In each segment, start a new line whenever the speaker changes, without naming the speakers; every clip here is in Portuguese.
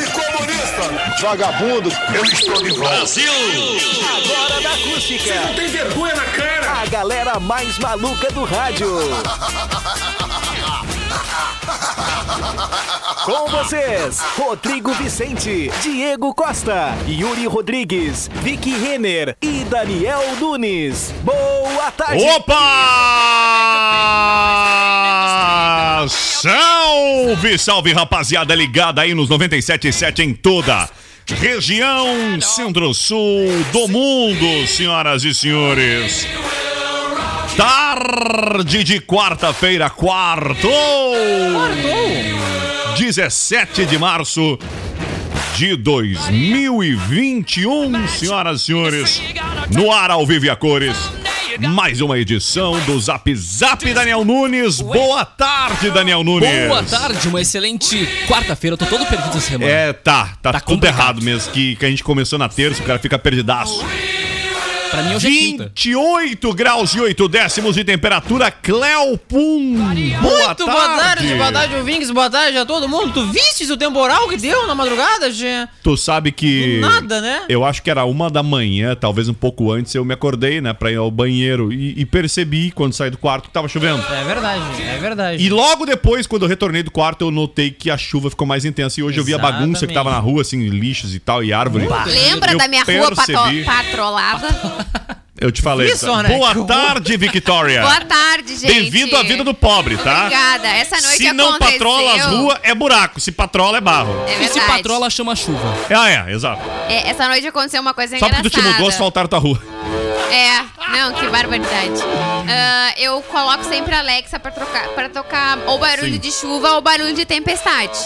e comunista.
Vagabundo, eu estou de volta.
Agora na acústica. Você não tem vergonha na cara. A galera mais maluca do rádio. Com vocês, Rodrigo Vicente, Diego Costa, Yuri Rodrigues, Vicky Renner e Daniel Nunes. Boa tarde.
Opa! Salve, salve, rapaziada ligada aí nos 97.7 em toda região centro-sul do mundo, senhoras e senhores. Tarde de quarta-feira, quarto. 17 de março de 2021, senhoras e senhores. No ar ao vivo e a cores. Mais uma edição do Zap Zap Daniel Nunes. Boa tarde, Daniel Nunes.
Ah, Boa tarde, uma excelente quarta-feira. Eu tô todo perdido essa semana.
É, tá, tá,
Tá
tudo
complicado.
errado mesmo. Que, que a gente começou na terça, o cara fica perdidaço.
Pra mim hoje é quinta.
28 graus e 8 décimos de temperatura. Cléo Pum. Boa tarde.
Muito boa tarde, boa tarde, ouvintes, boa tarde a todo mundo. Tu vistes o temporal que deu na madrugada, Gê?
Tu sabe que.
Do nada, né?
Eu acho que era uma da manhã, talvez um pouco antes, eu me acordei, né, pra ir ao banheiro e, e percebi quando saí do quarto que tava chovendo.
É verdade, é verdade.
E logo depois, quando eu retornei do quarto, eu notei que a chuva ficou mais intensa. E hoje eu vi a bagunça que tava na rua, assim, lixos e tal, e árvore.
Lembra
Eu
da minha rua patro-
percebi.
patrolada?
Eu te falei.
Isso,
tá?
né? Que
Boa
horror.
tarde, Victoria.
Boa tarde, gente.
É. Bem-vindo à vida do pobre, tá?
Obrigada. Essa noite
Se não
aconteceu-
patrola as ruas, é buraco. Se patrola, é barro.
É
E se
verdade.
patrola chama chuva.
Ah, é, exato.
É, essa noite aconteceu uma coisa
Só porque
engraçada.
tu te mudou, asfaltaram tua rua.
É, não, que barbaridade. Ah, eu coloco sempre a Alexa pra, trocar, pra tocar ou barulho
Sim.
de chuva ou barulho de tempestade.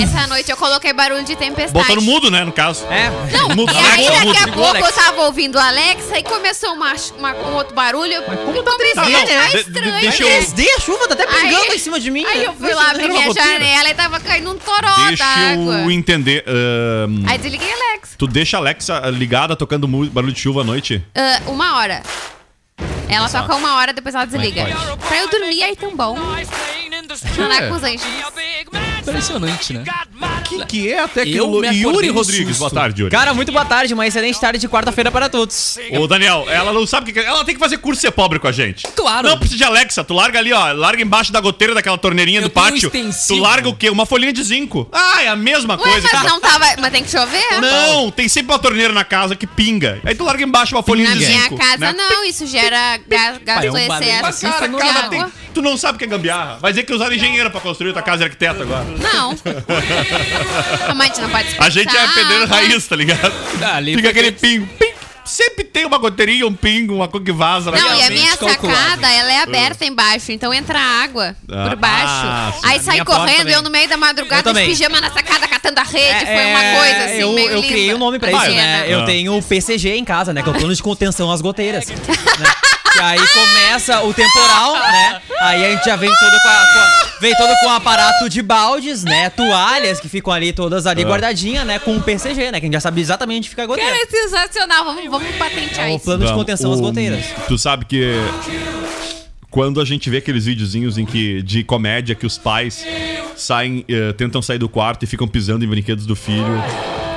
Essa noite eu coloquei barulho de tempestade.
Botando mudo, né, no caso.
É,
Não,
Mudo,
e aí
Alexa, mudo.
daqui a
Ligou,
pouco eu
Alexa.
tava ouvindo a Alexa e começou uma, uma- um outro barulho. Mas como tá
Tá, não, de- de-
estranho.
deixa
né?
eu-
3D, a chuva tá até pingando em cima de mim.
Aí
né?
eu fui
Isso
lá
não
abrir
era uma
minha
goteira.
janela e tava caindo um toró
Deixa eu
d'água.
entender. ahn,
Aí desliguei a Alexa.
tu deixa a Alexa ligada tocando mu- barulho de chuva à noite?
Ah, uma hora. Ela toca uma hora, depois ela
é
desliga. Pra eu dormir aí tão bom. Chorar com os anjos.
Impressionante, né?
Que, que é até
Eu
o
me
Yuri
acordei no
Rodrigues.
susto.
Boa tarde, Yuri.
Cara, muito boa tarde, uma excelente tarde de quarta-feira para todos.
Ô, Daniel, ela não sabe o que. que- Ela tem que fazer curso de ser pobre com a gente.
Claro.
Não precisa de Alexa. Tu larga ali, ó. Larga embaixo da goteira daquela torneirinha
Eu
do
tenho um
pátio.
extensivo.
Tu larga o quê? Uma folhinha de zinco. Ah, é a mesma
Ué,
coisa.
mas
cara.
não é, tava. Mas tem que chover?
Não, tem sempre uma torneira na casa que pinga. Aí tu larga embaixo uma folhinha
Na
de
minha
zinco.
casa
né?
não, isso gera ga-
Pai, é
gasto
um barulho.
Mas,
excesso
cara,
de
casa
água.
tem... Tu não sabe o que é gambiarra. Vai dizer que usaram engenheiro pra construir tua casa e arquiteto agora.
Não. A mãe não pode
A gente é
desperdiçar
pedreiro
água.
raiz, tá ligado?
Ah, Ali
Fica
foi
aquele pingo. ping. Sempre tem uma goteirinha, um pingo, uma coisa que vaza. né?
Não, e a
Realmente
minha
calculado.
sacada, ela
Hum.
é aberta embaixo, então entra água
Ah,
por baixo.
ah, sim.
aí
A
sai
minha porta
correndo,
também.
eu no meio da
Eu
madrugada, de
também.
pijama na sacada, catando a rede, foi
É,
uma coisa assim,
eu,
meio
eu
limpa.
criei um nome pra
Aí
isso,
entra.
né? Eu
Ah.
tenho o PCG em casa, né? Que é o plano de contenção às goteiras. né? E aí começa o temporal, né? Aí a gente já vem todo com, a, com a- vem todo com o aparato de baldes, né? Toalhas que ficam ali todas
Ah.
ali guardadinhas, né? Com o PCG, né? Que a gente já sabe exatamente onde fica a goteira.
Cara, é sensacional, vamos, vamos patentear
É o
isso.
plano de
Vamos,
contenção às
o-
goteiras.
Tu sabe que quando a gente vê aqueles videozinhos em que de comédia que os pais saem, eh, tentam sair do quarto e ficam pisando em brinquedos do filho.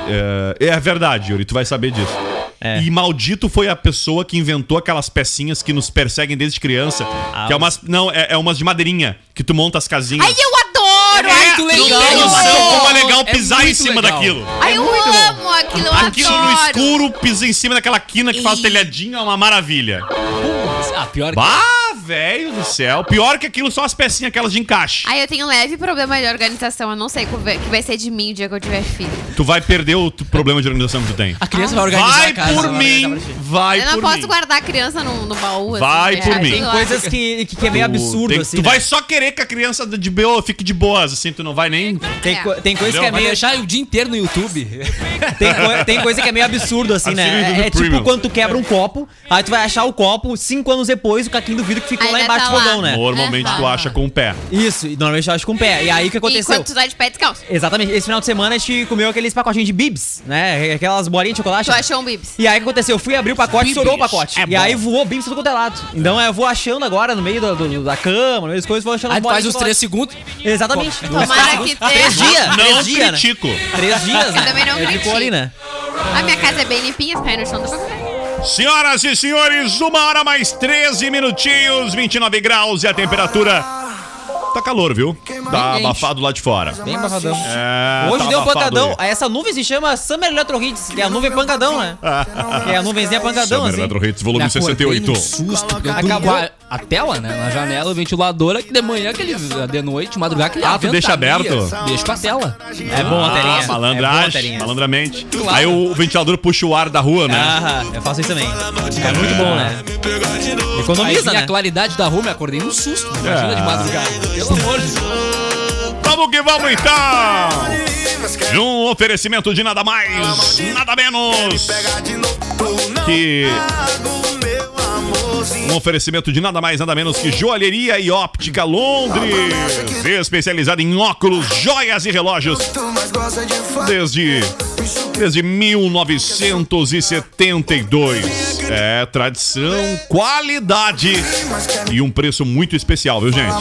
eh, É, verdade, Yuri, tu vai saber disso.
É.
E maldito foi a pessoa que inventou aquelas pecinhas que nos perseguem desde criança.
Ah,
que é umas. Não, é, é umas de madeirinha que tu monta as casinhas.
Ai, eu adoro!
É,
muito
ai,
tu não
legal.
tem noção como é legal
É
pisar em
muito
cima
legal.
daquilo.
ai, eu amo aquilo, eu
Aquilo no
adoro.
escuro, pisa em cima daquela quina que faz
E-
telhadinho, é uma maravilha.
Ah, pior que...
Bah, velho do céu. Pior que aquilo são as pecinhas aquelas de encaixe.
Ai, eu tenho um leve problema de organização, eu não sei o que vai- que vai ser de mim o dia que eu tiver filho.
Tu vai perder o tu- problema de organização que tu tem.
A criança vai organizar
Vai
a casa.
por
ela vai
mim,
organizar pra ti.
vai
eu não
por
posso
mim.
guardar a criança no, no baú.
Vai
assim,
por
é,
mim.
sei
Tem
lá.
coisas que, que, que é meio
Tu
absurdo,
tem-
assim.
Tu
né?
vai só querer que a criança de boa fique de boas, assim, tu não vai nem.
Tem, co- tem coisa que é
Vai
meio.
deixar o dia inteiro no YouTube.
Tem, coi- tem coisa que é meio absurdo, assim,
Assine
né?
do
É, é
Premium.
tipo quando tu quebra um copo, aí tu vai achar o copo, cinco anos depois, o caquinho do vidro que ficam lá
Ainda
embaixo
tá
do
lá.
fogão, né?
Normalmente tu
Aham.
acha com o pé.
Isso, e normalmente eu acho com o pé. E aí o que
E
aconteceu?
quando tu tá de pé descalço,
Exatamente, esse final de semana a gente comeu aqueles pacotinhos de bibs, né? Aquelas bolinhas de chocolate.
tu achou um bibs.
E aí o que aconteceu? Eu fui abrir o pacote e estourou o pacote. e aí voou bim tudo quanto é lado. Então eu vou achando agora no meio do- do- da cama, no meio das coisas, vou achando
Aí tu
bolinha
faz
de
os
chocolate.
três segundos.
Exatamente.
Tomara que tenha.
Três dias,
Não
três dias, né?
critico.
Três dias, né?
também não
Ele ficou
critico.
ali, né?
A minha casa é bem limpinha, se cair no chão do
Senhoras e senhores, uma hora mais 13 minutinhos, 29 graus e a temperatura. Tá calor, viu? Tá
Bem
abafado lá de fora.
Bem barradão.
É,
Hoje
tá
deu um
abafado
pancadão.
aí.
Essa nuvem se chama Summer Electro Hits, que é a nuvem pancadão, né? Que é a nuvenzinha pancadão,
Summer
assim.
Electro Hits, Ah, volume 68.
Um susto, porque eu tô
Acabou.
com a, a tela, né? Na janela, o ventilador, que de manhã, aquele, de noite, madrugada, que
Ah, tu deixa aberto?
Deixa com a tela.
É bom, a telinha.
Ah, malandragem,
telinha.
malandramente. Aí o ventilador puxa o ar da rua, né?
Ah, eu faço isso também. É muito bom, né?
Aí
Economiza,
vinha a
né?
claridade da rua, me acordei num susto. Imagina
Ah.
de madrugada. Pelo amor de Deus.
Vamos que vamos então! Um oferecimento de nada mais, nada menos que Um oferecimento de nada mais, nada menos que Joalheria e Óptica Londres. Especializada em óculos, joias e relógios. Desde, desde 1972. É tradição, qualidade e um preço muito especial, viu, gente?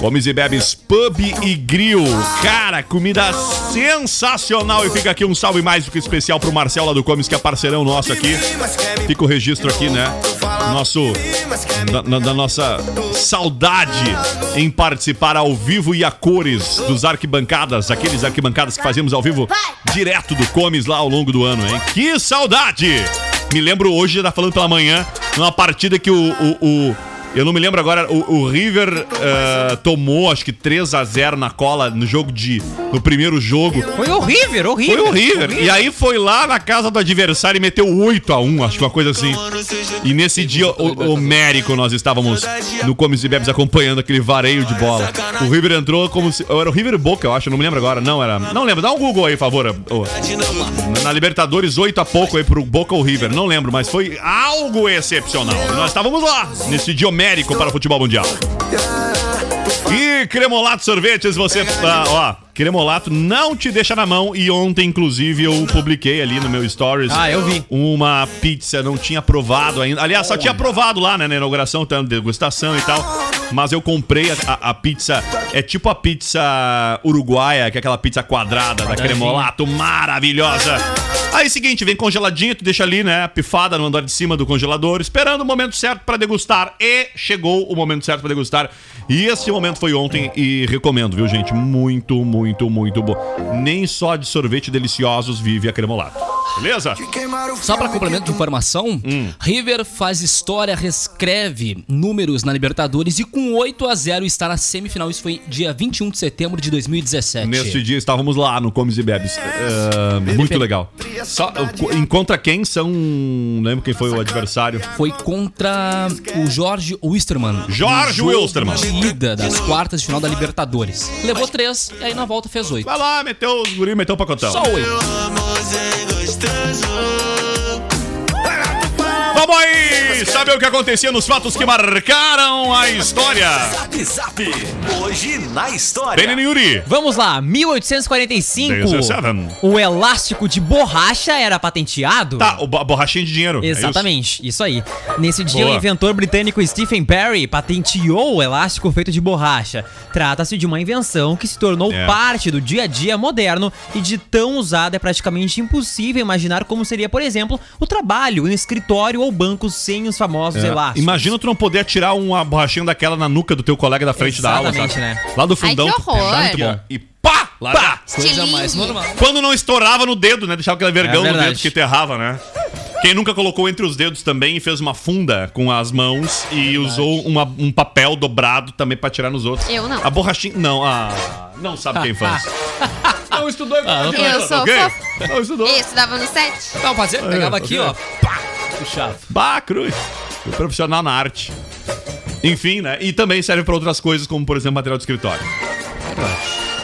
Comes e bebes pub e grill. Cara, comida sensacional. E fica aqui um salve mais do que especial pro Marcelo lá do Comes, que é parceirão nosso aqui. Fica o registro aqui, né? Nosso, da, na- da nossa saudade em participar ao vivo e a cores dos arquibancadas, aqueles arquibancadas que fazíamos ao vivo direto do Comes lá ao longo do ano, hein? Que saudade! Me lembro hoje, tá falando pela manhã, numa partida que o. o- o- eu não me lembro agora, o, o River eh, tomou acho que 3 a 0 na cola no jogo de. no primeiro jogo.
Foi horrível, horrível.
Foi o River. E aí foi lá na casa do adversário e meteu 8 a 1 acho que uma coisa assim. E nesse dia, o, o Mérico, nós estávamos no Comes e Bebes acompanhando aquele vareio de bola. O River entrou como se. Era o River e Boca, eu acho, não me lembro agora. Não, era. Não lembro, dá um Google aí, por favor. ô. Na Libertadores, 8 a pouco aí pro Boca ou River. Não lembro, mas foi algo excepcional. E nós estávamos lá, nesse dia homérico para o futebol mundial. E Cremolato Sorvetes, você. ah, ó, Cremolato não te deixa na mão. E ontem, inclusive, eu publiquei ali no meu Stories.
Ah, eu vi.
Uma pizza, não tinha provado ainda. Aliás, só tinha provado lá, né? Na inauguração, tá, degustação e tal. Mas eu comprei a, a- a pizza. É tipo a pizza uruguaia, que é aquela pizza quadrada da Cremolato, maravilhosa. Aí, seguinte, vem congeladinho, tu deixa ali, né? Pifada no andar de cima do congelador, esperando o momento certo pra degustar. E chegou o momento certo pra degustar. E esse momento foi ontem e recomendo, viu, gente? Muito, muito, muito bom. Nem só de sorvete deliciosos vive a Cremolato. Beleza?
Só pra complemento de informação,
Hum.
River faz história, reescreve números na Libertadores e com 8 a 0 está na semifinal. Isso foi dia 21 de setembro de 2017.
Neste dia estávamos lá no Comes e Bebes. Ah, muito legal. Só, co- encontra quem são. Não lembro quem foi o adversário.
Foi contra o Jorge Wisterman.
Jorge
No jogo
Wilstermann.
De ida das quartas de final da Libertadores. Levou três e aí na volta fez oito.
Vai lá, meteu os guri, meteu o pacotão.
Só oito.
Vamos aí! Saber o que acontecia nos fatos que marcaram a história.
Zap Zap. Hoje na história.
Benini Yuri.
Vamos lá, 1845.
17.
O elástico de borracha era patenteado.
Tá, o bo- borrachinha de dinheiro. é isso?
Exatamente, isso aí. Nesse dia,
Boa.
o inventor britânico Stephen Perry patenteou o elástico feito de borracha. Trata-se de uma invenção que se tornou
É.
parte do dia a dia moderno e de tão usada é praticamente impossível imaginar como seria, por exemplo, o trabalho em escritório ou banco sem os famosos
É.
Ah,
elásticos.
Imagina tu não poder tirar uma borrachinha daquela na nuca do teu colega da frente da aula,
Exatamente,
sabe?
né?
Lá do fundão.
Ai, que
tu puxava
horror.
muito bom. E pá! Pá!
Coisa
Estilingue.
mais normal.
Quando não estourava no dedo, né? Deixava aquele vergão no
verdade.
dedo que enterrava, né? Quem nunca colocou entre os dedos também e fez uma funda com as mãos e usou uma- um papel dobrado também pra tirar nos outros.
Eu não.
A borrachinha. Não, a. Não sabe quem faz. não estudou igual.
não Eu sou
Ok?
fofa.
Não estudou.
Isso, dava no set.
Não, fazia, Então, pegava aqui, ó.
Bah, cruz. O profissional na arte. Enfim, né? E também serve pra outras coisas, como por exemplo material de escritório.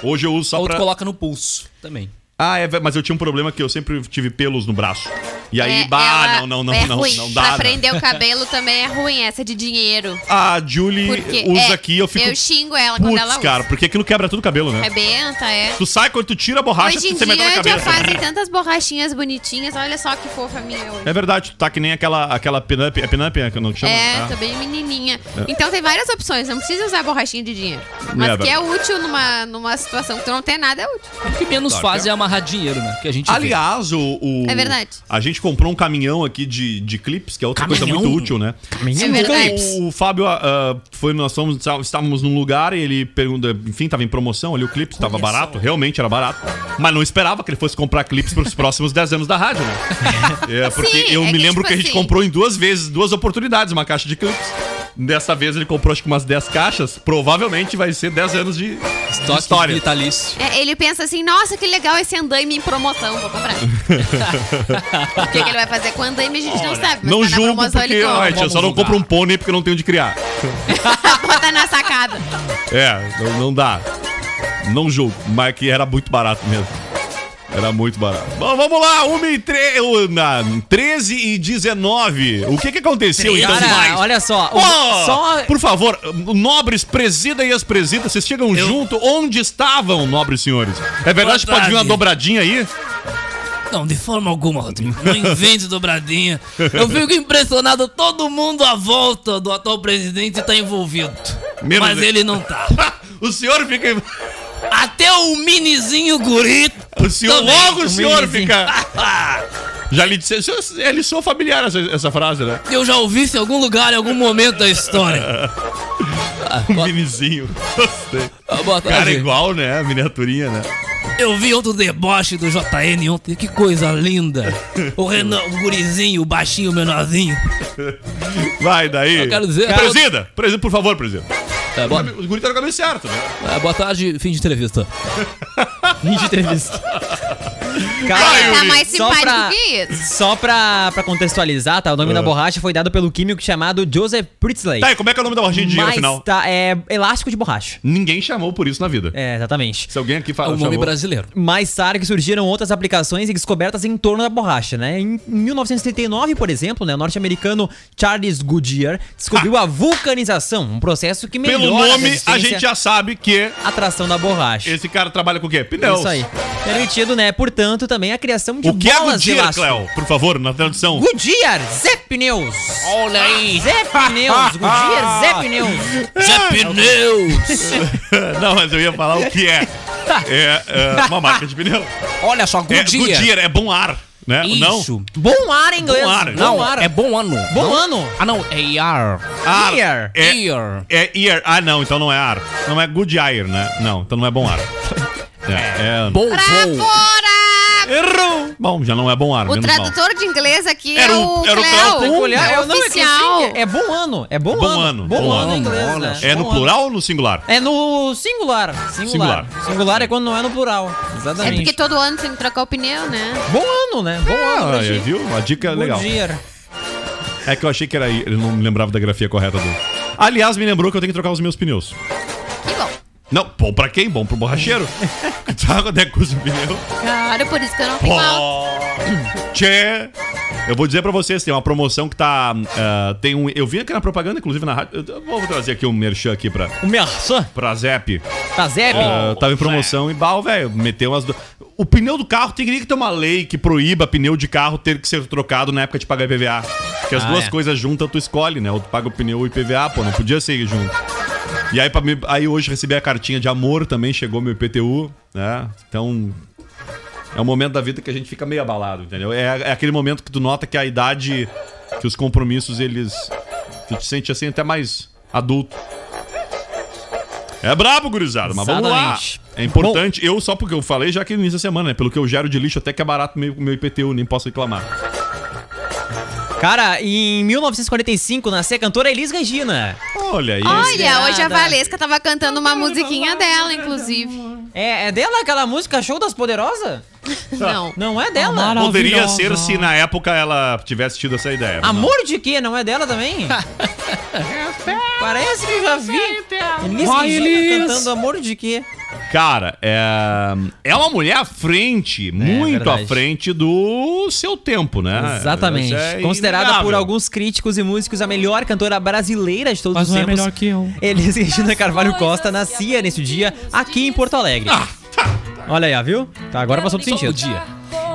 Hoje eu uso só
Outro
pra.
coloca no pulso também.
Ah, é, ve- mas eu tinha um problema que eu sempre tive pelos no braço. E aí,
É,
bah,
ela
não, não, não,
é
não,
ruim.
não dá.
Pra
né?
prender o cabelo também é ruim, essa de dinheiro.
A Julie
Porque
usa
é,
aqui, eu fico.
Eu xingo ela quando ela
Putz,
usa.
cara, porque aquilo quebra tudo o cabelo, né?
Rebenta, é.
Tu sai quando tu tira a borracha,
Hoje em
você mete na
dia já
cabeça. né?
fazem tantas borrachinhas bonitinhas. Olha só que fofa a minha hoje.
É verdade, tu tá que nem aquela, aquela pin-up, é pin-up né, que não chama?
É,
Ah.
tô bem menininha. Então tem várias opções, não precisa usar borrachinha de dinheiro. Mas
É,
que é útil numa, numa situação que tu não tem nada, é útil.
O que menos
Claro,
faz
que
é amarrar dinheiro, né? Que a gente vê.
Tá, Aliás, o, o-
É verdade.
A gente comprou um caminhão aqui de, de clipes, que é outra coisa
Caminhão?
muito útil, né?
É verdade.
O Fábio ah, ah, foi, nós fomos, estávamos num lugar e ele pergunta, enfim, tava em promoção ali o clipe, estava barato, realmente era barato. Mas não esperava que ele fosse comprar clipes para os próximos 10 anos da rádio, né? É, porque
Sim,
eu
é
me
que,
lembro
tipo
que a gente
assim-
comprou em duas vezes, duas oportunidades, uma caixa de clipes. Dessa vez ele comprou acho que umas 10 caixas, provavelmente vai ser 10 anos de de
Toque
história.
vitalício.
É, ele pensa assim, nossa, que legal esse andaime em promoção, vou comprar. o que, que ele vai fazer com o andaime a gente não sabe. Mas
Não
tá na
julgo
promoção
porque,
ele
ó,
compra.
gente, eu só não
julgar.
compro um pônei porque eu não tenho de criar.
Bota na sacada.
É, não, não dá. Não julgo, mas que era muito barato mesmo. Era muito barato. Bom, vamos lá, 1 e 3, na 13 e 19. O que que aconteceu então
Cara,
mais?
olha só.
Pô,
o- só
Por favor, nobres presida e ex-presida, vocês chegam junto. Onde estavam, nobres senhores? É verdade que
Boa
pode vir uma
tarde.
dobradinha aí?
Não, de forma alguma, Rodrigo. Não invente dobradinha. Eu fico impressionado, todo mundo à volta do atual presidente tá envolvido.
Menos
mas
eu.
ele não tá.
o senhor fica.
Até o minizinho guri.
O senhor,
Também,
logo o
um
senhor
minizinho.
fica. Já lhe disse. Ele sou familiar essa, essa frase, né?
Eu já ouvi isso em algum lugar, em algum momento da história. Ah,
Um
boa,
minizinho. Gostei.
ah, boa
Cara,
tarde.
igual, né? A miniaturinha, né?
Eu vi outro deboche do JN ontem, que coisa linda. O Renan, o gurizinho, o baixinho, o menorzinho.
Vai daí.
Eu quero dizer-
Presida! Presida, por favor, presida.
Tá, boa,
O guri tá no caminho certo, né?
ah, boa tarde, fim de entrevista.
fim de entrevista.
Aí
Cara,
tá mais
só
simpático
pra-
que é isso.
Só pra, pra contextualizar, tá? O nome da borracha foi dado pelo químico chamado Joseph Priestley.
Ah. Tá, e como é que é o nome da borrachinha de dinheiro,
Mas
afinal?
tá, é elástico de borracha.
Ninguém chamou por isso na vida.
É, exatamente.
Se alguém aqui
É
fala.
um nome
chamou-
brasileiro.
Mais tarde que surgiram outras aplicações e descobertas em torno da borracha, né? Em 1939, por exemplo, né, o norte-americano Charles Goodyear descobriu a vulcanização, um processo que
Ah.
melhora
Pelo
a,
nome, a
resistência
gente já sabe que
à atração da borracha.
esse cara trabalha com o quê? Pneus.
Isso aí. Permitido, né? Portanto, também a criação de
O que é
bolas de
Goodyear,
elástico.
Cleo? Por favor, na tradução.
Goodyear, Zé Pneus.
Olha aí,
Zé Pneus, Goodyear, Zé Pneus.
Zé
É,
Pneus.
Não, mas eu ia falar o que é. É, é, uma marca de pneu.
Olha só,
É,
Goodyear.
Goodyear, é bom ar, né?
Isso.
Não?
Bom ar em inglês.
Bom ar.
Não,
Bom ar.
é bom ano.
Bom
Não-
ano.
Ah, não, é IAR.
Ar.
Ear.
É,
Ear.
É ear. Ah, não, então não é ar. Não é good air, né? Não, então não é bom ar. É, é-
Bom
Pra
voo.
fora!
Errou! Bom, já não é bom ar,
O
menos mal.
tradutor de inglês aqui
Era
é
o-
o
era o Cleo.
Tem que
Cleo.
olhar,
É
eu não eu
oficial.
pensei que É bom ano. É bom,
Bom
ano.
ano,
Bom,
bom
ano
ano.
em inglês,
Olha
né?
só.
É
Bom
no
ano.
plural ou no singular?
É no singular. Singular.
Singular.
Singular é quando não é no plural.
É
Exatamente.
porque todo ano tem que trocar opinião, né?
Bom ano, né? Bom ano.
Ah,
pra gente.
viu? Uma dica legal.
Goodyear.
É que eu achei que era. Eu não me lembrava da grafia correta dele. Aliás, me lembrou que eu tenho que trocar os meus pneus.
Que bom.
Não, bom pra quem? Bom pro borracheiro. Sabe quanto é que custa o pneu?
Claro, por isso que eu não tenho mal.
Pô. Tchê! Eu vou dizer pra vocês, tem uma promoção que tá. ah, tem um, eu vi aqui na propaganda, inclusive na rádio. Eu vou trazer aqui um merchan aqui pra,
O Mersan.
pra Zep.
Tá Zé,
Ah, tava em promoção e bal, velho. Meteu umas. do- O pneu do carro tem que ter uma lei que proíba pneu de carro ter que ser trocado na época de pagar IPVA. Porque as
Ah,
duas
é.
coisas juntas tu escolhe, né? Ou tu paga o pneu e o IPVA, pô, não podia ser junto. E aí, pra mim, aí hoje recebi a cartinha de amor também, chegou meu IPTU, né? Então. É um momento da vida que a gente fica meio abalado, entendeu? É, é aquele momento que tu nota que a idade, que os compromissos, eles. Tu te sente assim até mais adulto. É brabo, gurizada, mas vamos lá.
Exatamente.
É importante, eu só porque eu falei já que no início da semana, né? Pelo que eu gero de lixo, até que é barato meu, meu IPTU, nem posso reclamar.
Cara, em 1945 nasceu a cantora Elis Regina.
Olha isso.
Olha, hoje a
Nada.
Valesca tava cantando uma musiquinha dela, inclusive.
É, é dela aquela música Show das Poderosas?
Tá.
Não.
Não é dela.
Poderia ser se na época ela tivesse tido essa ideia. mas não.
Amor de quê? Não é dela também? Parece que eu já vi. Elis Regina cantando Amor de quê?
Cara, é, é uma mulher à frente, muito
É verdade.
à frente do seu tempo, né?
Exatamente.
Isso é
Considerada por
inegável.
alguns críticos e músicos a melhor cantora brasileira de todos
Mas
os
não é
tempos.
melhor que eu.
Elis Regina Carvalho Costa nascia nesse dia aqui em Porto Alegre.
Ah,
Olha aí, ó, viu? Tá, agora passou do
Só
sentido.
o dia.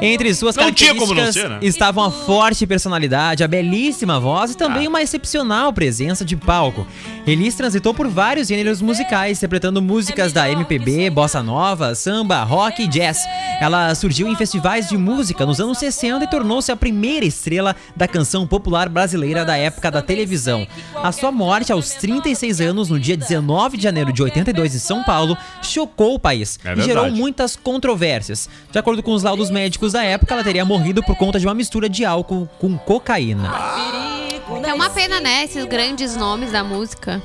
Entre suas
Não tinha como não ser,
características
né?
estavam a forte personalidade, a belíssima voz e
Ah.
também uma excepcional presença de palco. Elis transitou por vários gêneros musicais, interpretando músicas da MPB, bossa nova, samba, rock e jazz. Ela surgiu em festivais de música nos anos 60 e tornou-se a primeira estrela da canção popular brasileira da época da televisão. A sua morte aos 36 anos, no dia 19 de janeiro de 82 em São Paulo, chocou o país
É
e gerou um
verdade.
muito muitas controvérsias. De acordo com os laudos médicos da época, ela teria morrido por conta de uma mistura de álcool com cocaína.
É uma pena, né? Esses grandes nomes da música.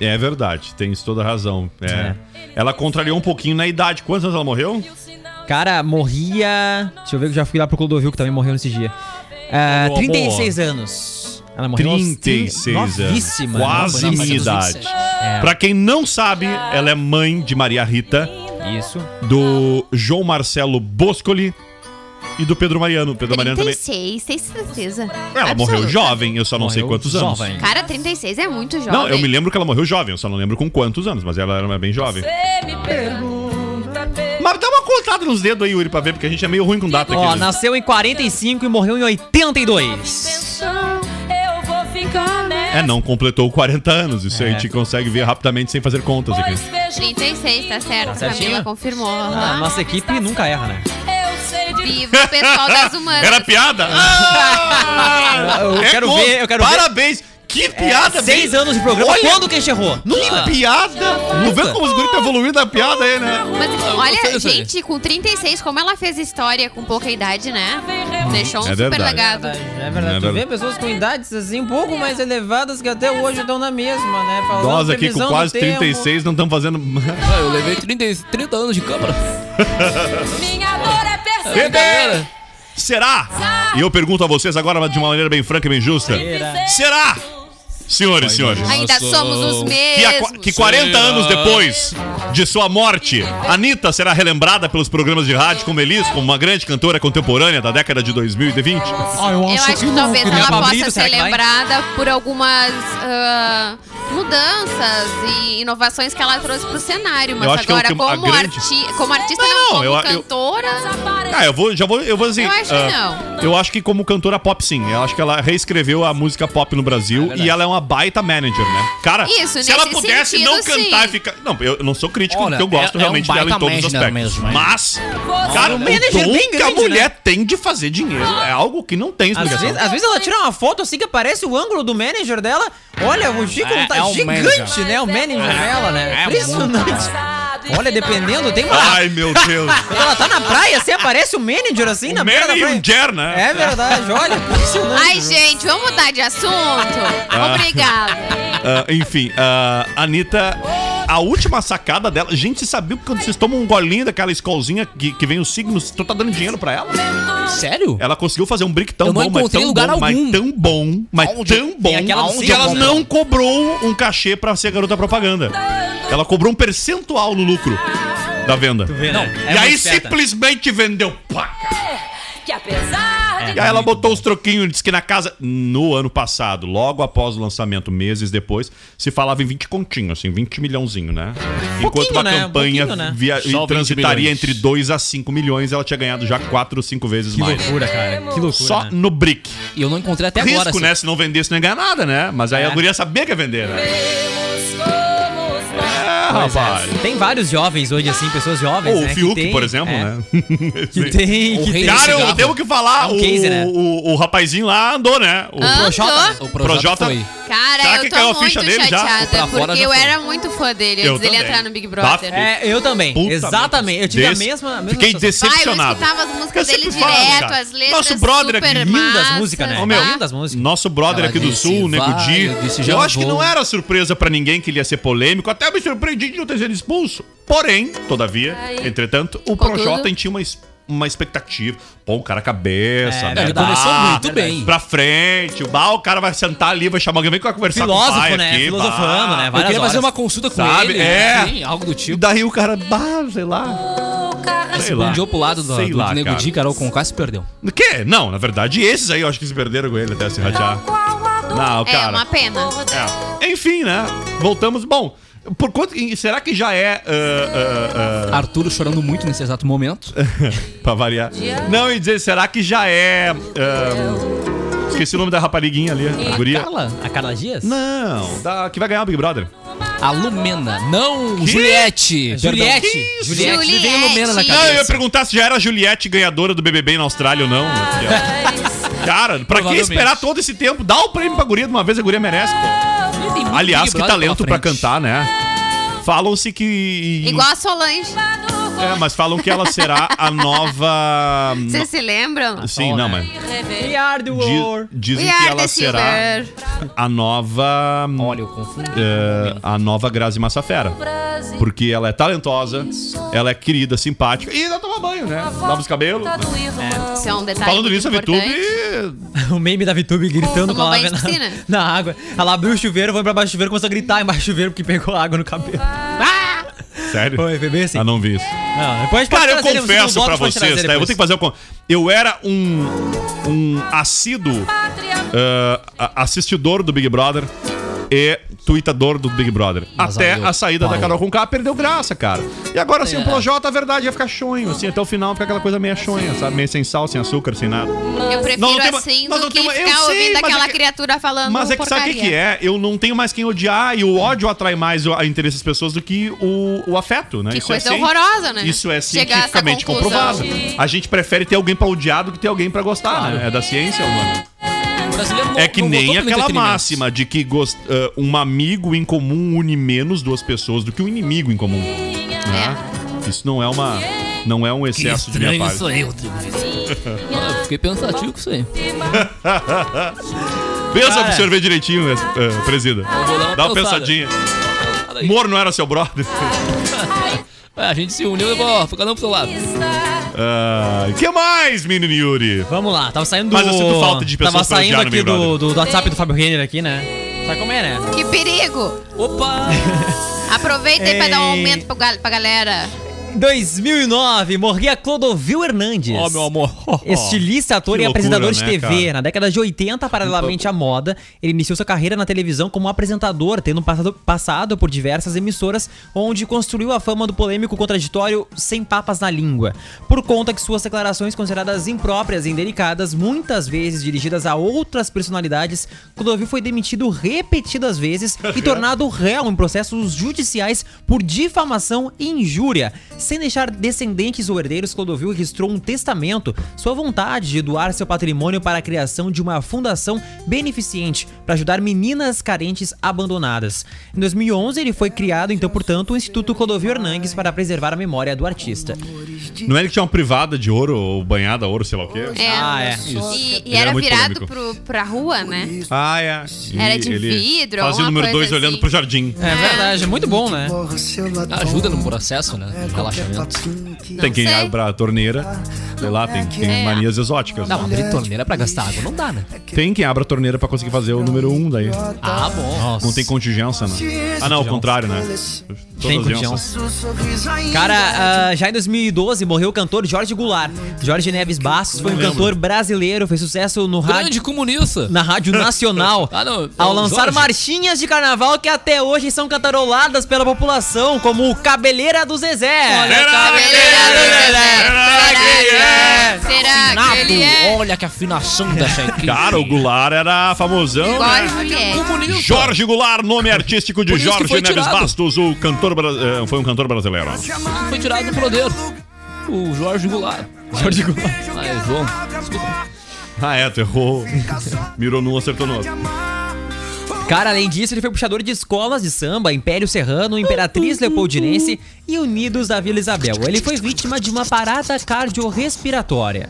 É verdade, tens toda a razão. É. Ela contrariou um pouquinho na idade. Quantos anos ela morreu?
Cara, morria. Deixa eu ver que eu já fui lá pro Clodovil que também morreu nesse dia. Ah,
Boa,
36 anos. Ela morreu aos
36 anos.
Novíssima. né?
Quase
novíssima. É.
minha idade.
27.
Pra quem não sabe, ela é mãe de Maria Rita,
Isso.
do João Marcelo Boscoli e do Pedro Mariano. O Pedro Mariano também. É,
36, tem certeza.
Ela morreu
Absoluta.
jovem, eu só não sei
Morreu
quantos anos.
jovem.
Cara, 36 é muito jovem.
Não, eu me lembro que ela morreu jovem, eu só não lembro com quantos anos, mas ela era bem jovem. Mas dá uma contada nos dedos aí, Yuri, pra ver, porque a gente é meio ruim com data aqui.
Ó,
né?
nasceu em 45 e morreu em 82.
É, não completou 40 anos. Isso aí
É.
a gente consegue ver rapidamente sem fazer contas aqui.
36, tá certo.
certinho?
Camila confirmou.
A
aham.
nossa equipe nunca erra, né?
Viva o pessoal das humanas.
Era piada? Ah!
Eu- eu
É
quero
gol.
ver, eu quero ver. É,
Parabéns! Que piada,
Seis
bem-
anos de programa.
Olha-
Quando que a gente errou?
Que piada! Não vê como os guris estão evoluindo a piada aí, né?
Mas assim,
gostei
olha,
dessa aí.
gente, com 36, como ela fez história com pouca idade, né? Deixou um
É
super
verdade.
legado.
É
É
verdade, tu
verdade.
vê pessoas com idades assim um pouco mais elevadas que até hoje estão na mesma, né? Falando
Nós aqui
previsão
com
do
quase
tempo.
36 não estamos fazendo.
Ah, eu levei 30, 30 anos de câmara.
Bebê! Será? E eu pergunto a vocês agora de uma maneira bem franca e bem justa. Será? Senhores e senhores.
Ainda
Nossa.
somos os
Que, a-
mesmos.
que 40 anos depois de sua morte, Anitta será relembrada pelos programas de rádio como Elis, como uma grande cantora contemporânea da década de 2020.
Eu acho que talvez
queria.
Tá
ela
Pablito,
possa
será
ser
que vai?
lembrada por algumas ah, mudanças e inovações que ela trouxe pro cenário. Mas
Eu acho que é o
agora,
que- a
como,
grande-
arti- como artista, não,
Não,
como
eu- eu-
cantora.
Ah, eu vou, já vou, eu vou assim.
Eu acho que
ah, Eu acho que como cantora pop sim, eu acho que ela reescreveu a música pop no Brasil e ela é uma baita manager, né? Cara,
Isso,
se ela
nesse
pudesse
sentido,
não cantar
sim.
e ficar, não, eu não sou crítico,
Olha,
porque eu gosto
é- é
realmente
um
dela em
baita
todos os
manager
aspectos.
mesmo, hein?
Mas, cara, o
manager
tom
bem
que a
grande,
mulher
né?
tem de fazer dinheiro é algo que não tem
Às
explicação.
vezes, às vezes ela tira uma foto assim que aparece o ângulo do manager dela. Olha, o Chico
É,
tá
é o
gigante,
manager.
né? O manager dela, né?
é
Impressionante. Olha, dependendo, tem uma.
Ai, meu Deus.
Quando ela tá na praia, assim, aparece o manager assim na beira da
Mary e
praia.
um Jer, né?
É verdade, olha, impressionante.
Ai, gente, vamos mudar de assunto? Obrigada.
Ah, enfim, ah, Anitta, a última sacada dela. Gente, você sabia que quando vocês tomam um golinho daquela escolzinha que, que vem os signos, tu tá dando dinheiro pra ela?
Sério?
Ela conseguiu fazer um brick tão
Eu não
bom, mas
encontrei
tão,
lugar
bom mas
algum.
tão bom, mas
Aonde?
tão
Tem aquela
bom,
onde
que
eu
ela
compro.
não cobrou um cachê pra ser garota propaganda. Ela cobrou um percentual no lucro da venda.
Não,
e aí simplesmente vendeu. Pá, cara. E aí ela botou os troquinhos, disse que na casa. No ano passado, logo após o lançamento, meses depois, se falava em 20 continhos, assim, 20 milhãozinho, né? Enquanto
Pouquinho,
uma
né?
campanha
Pouquinho, né?
via-
Só 20
transitaria
milhões.
entre 2 a 5 milhões, ela tinha ganhado já 4 ou 5 vezes mais.
cara. Que loucura. né?
Só no brick.
E eu não encontrei até
né? Risco,
agora. assim.
né? Se não vendesse, não ia ganhar nada, né? Mas aí
É.
a guria sabia que ia vender, né? É, rapaz.
Tem vários jovens hoje, assim, pessoas jovens.
Ou o
né, que
Fiuk,
tem-
por exemplo,
é,
né?
Que tem.
O
Que
rei do
tem.
Cara, eu
cigarro.
tenho que
É
falar,
um
o,
case, né?
o, o rapazinho lá andou, né? O,
Ah.
Projota, o Projota
Projota-
foi.
Cara,
Será que caiu
eu tô
a
muito
ficha dele já?
chateada,
Pra fora
porque
já
eu
foi.
era muito fã dele
Eu
antes dele
também.
entrar no Big
Tá
Brother.
feio.
É, eu também.
Puta
Exatamente. Eu tive
Desse-
a mesma. a mesma
Fiquei
sensação.
Pai, eu
decepcionado.
escutava as músicas
Eu
dele
sempre falo,
direto,
cara.
as letras
Nosso brother aqui,
super
lindas músicas, né?
Ô, meu,
tá?
Lindas músicas.
Nosso brother
Ela
aqui do
disse,
Sul, o Nego
vai,
Di.
eu disse, já
Eu acho que
vou.
não era surpresa pra ninguém que ele ia ser polêmico. Até me surpreendi de não ter sido expulso. Porém, todavia, entretanto, o
Contudo.
Projota tinha uma es- uma expectativa. Pô, o cara cabeça,
É,
né?
Ele
Verdade,
começou muito
verdade.
bem.
Pra frente, o bah, o cara vai sentar ali, vai chamar alguém, vem cá conversar com o pai
Filósofo, né?
aqui,
Filosofando,
bah.
né?
Eu
Várias
queria fazer
horas.
uma consulta com
Sabe?
ele.
É.
enfim, algo do
E
tipo.
daí o cara, bah, sei lá.
Se
sei lá.
bandiou pro lado do,
Sei
do
lá,
Nego
cara.
Di, Carol Conká se perdeu.
O quê? Não, na verdade, esses aí eu acho que se perderam com ele até se ratear. Não,
É,
cara.
uma pena.
É. Enfim, né? Voltamos. Bom, por quanto. e Será que já é. ah, ah,
Arturo chorando muito nesse exato momento.
ah, pra variar. Não, e dizer, será que já é. ah, esqueci o nome da rapariguinha ali. A guria.
Carla?
A Carla Dias?
Não, da, que vai ganhar o Big Brother.
A Lumena. Não, Juliette. Juliette.
Que isso?
Juliette. me veio
Juliette.
Lumena é na
Não,
Não, eu ia
cabeça.
perguntar se já era a Juliette ganhadora do BBB na Austrália ou não. Cara, pra que
Provavelmente.
esperar todo esse tempo? Dá o prêmio pra guria de uma vez, a guria merece, pô.
Tem muito
Aliás,
Big
que
Brother
talento
pela
pra
frente.
cantar, né? Falam-se que.
Igual a Solange.
É, mas falam que ela será a nova.
Vocês se lembram?
Sim, não, mas.
We are the
Di-
world.
dizem
We
que
are
ela
the
será
silver.
a nova.
Olha, eu confundo.
eh, a nova Grazi Massafera. Porque ela é talentosa, ela é querida, simpática e ainda toma banho, né? Lava os cabelos.
Isso é um detalhe
Falando
muito
nisso, a
importante.
VTube.
O meme da VTube gritando com
Tomou
a
banho
lava
de
na,
piscina?
na água. Ela abriu o chuveiro, foi pra baixo do chuveiro, começou a gritar embaixo do chuveiro porque pegou água no cabelo.
Ah!
Sério?
Foi, foi bem assim.
Ah, não vi isso.
Não, depois a gente pode
Cara, eu
trazer né? ele, no
confesso
bloco
pra
a gente pode
vocês,
trazer
tá? Eu vou
depois.
ter que fazer o. con- Eu era um. Um assíduo. ah, a- assistidor do Big Brother e tweetador do Big Brother.
Mas
até
aí eu-
a saída da
parou.
Carol Conká perdeu graça, cara. E agora, assim,
É.
o Projota, a verdade, ia ficar chonho, assim, até o final fica aquela coisa meio chonha, sabe? Meio sem sal, sem açúcar, sem nada.
Eu prefiro
Não, não tem uma-
assim
não,
do
não
que
tem uma- eu
ficar
sei,
ouvindo
mas é
aquela
que-
criatura falando
Mas é que sabe o que, que é? Eu não tenho mais quem odiar e o ódio atrai mais o a interesse das pessoas do que o, o afeto, né?
Que
Isso
coisa
é cien-
horrorosa, né?
Isso é
Chegar a essa
cientificamente comprovado.
conclusão.
A gente prefere ter alguém pra odiar do que ter alguém pra gostar, né? É da ciência, mano.
O brasileiro não-
É que
não voltou
nem
pro
aquela
entretenimento.
máxima de que gost- ah, um amigo em comum une menos duas pessoas do que um inimigo em comum. né? Isso não é uma. Não é um excesso de minha parte.
aí, Rodrigo. Ah, eu fiquei pensativo com isso aí.
Pensa
Cara.
pro senhor ver direitinho, eh, presida.
vou dar uma
Dá uma
pensada.
pensadinha.
Fala aí.
Moro não era seu brother.
É, a gente se uniu e levou, ó, fica não pro seu lado.
Ah, que mais, menino Yuri?
Vamos lá, tava saindo do...
Mas eu sinto falta de pessoas
Tava
pra
saindo
odiar no
aqui
Big
do,
Brother.
do, do WhatsApp do Fábio Renner aqui, né? Sabe como é,
Ah.
né?
Que perigo!
Opa!
Aproveita aí pra dar
É.
um
Ei.
aumento pro gal- pra galera.
2009, morria Clodovil Hernandes.
Ó, meu amor.
Estilista, ator
Que
e
loucura,
apresentador de
né,
TV.
cara?
Na década de 80, paralelamente à moda, ele iniciou sua carreira na televisão como apresentador, tendo passado, passado por diversas emissoras, onde construiu a fama do polêmico contraditório Sem Papas na Língua. Por conta que suas declarações consideradas impróprias e indelicadas, muitas vezes dirigidas a outras personalidades, Clodovil foi demitido repetidas vezes e tornado réu em processos judiciais por difamação e injúria. Sem deixar descendentes ou herdeiros, Clodovil registrou um testamento, sua vontade de doar seu patrimônio para a criação de uma fundação beneficente para ajudar meninas carentes abandonadas. Em 2011, ele foi criado, então, portanto, o Instituto Clodovil Hernandes para preservar a memória do artista.
Não é ele que tinha uma privada de ouro ou banhada a ouro, sei lá o quê?
É.
Ah, é.
E, e
Ele era
era
muito
virado
polêmico.
pro, pra rua, né?
Ah, é. E
Era de
ele
vidro,
Fazia o
alguma
número 2
coisa
olhando
assim.
pro jardim.
É verdade, é muito bom, né?
Ajuda no processo, né?
É,
No relaxamento.
Tem quem
sei.
abre a torneira. Sei lá, tem, tem
É.
manias exóticas.
Não, abrir torneira pra gastar água não dá, né?
Tem quem abre a torneira pra conseguir fazer o número 1 um daí.
Ah, bom.
Não tem contingência, né? Ah, não, ao contrário, né?
Tem
Todas as
condição.
crianças.
Cara, ah, já em 2012 morreu o cantor Jorge Goulart. Jorge Neves Bastos foi um cantor brasileiro, fez sucesso no rádio,
Grande comunista.
na Rádio Nacional.
Ah, não,
Ao
o
lançar
Jorge.
marchinhas de carnaval que até hoje são cantaroladas pela população, como o Cabeleira do Zezé.
Olha,
Ah,
cara,
Será que ele é? Será que ele é?
Nabo, olha que afinação dessa equipe. É.
Cara, o Goulart era famosão.
Igual
né?
a Juliette.
Comunista.
Jorge Goulart, nome artístico de
Então tá. Por isso que
Jorge
foi
Neves
tirado.
Bastos, o cantor bra- eh, foi um cantor brasileiro.
foi tirado do poder. O Jorge Goulart. Jorge Goulart. Ah, é João. Desculpa.
Ah, é, tu errou. Mirou num, acertou no outro.
Cara, além disso, ele foi puxador de escolas de samba, Império Serrano, Imperatriz Leopoldinense e Unidos da Vila Isabel. Ele foi vítima de uma parada cardiorrespiratória.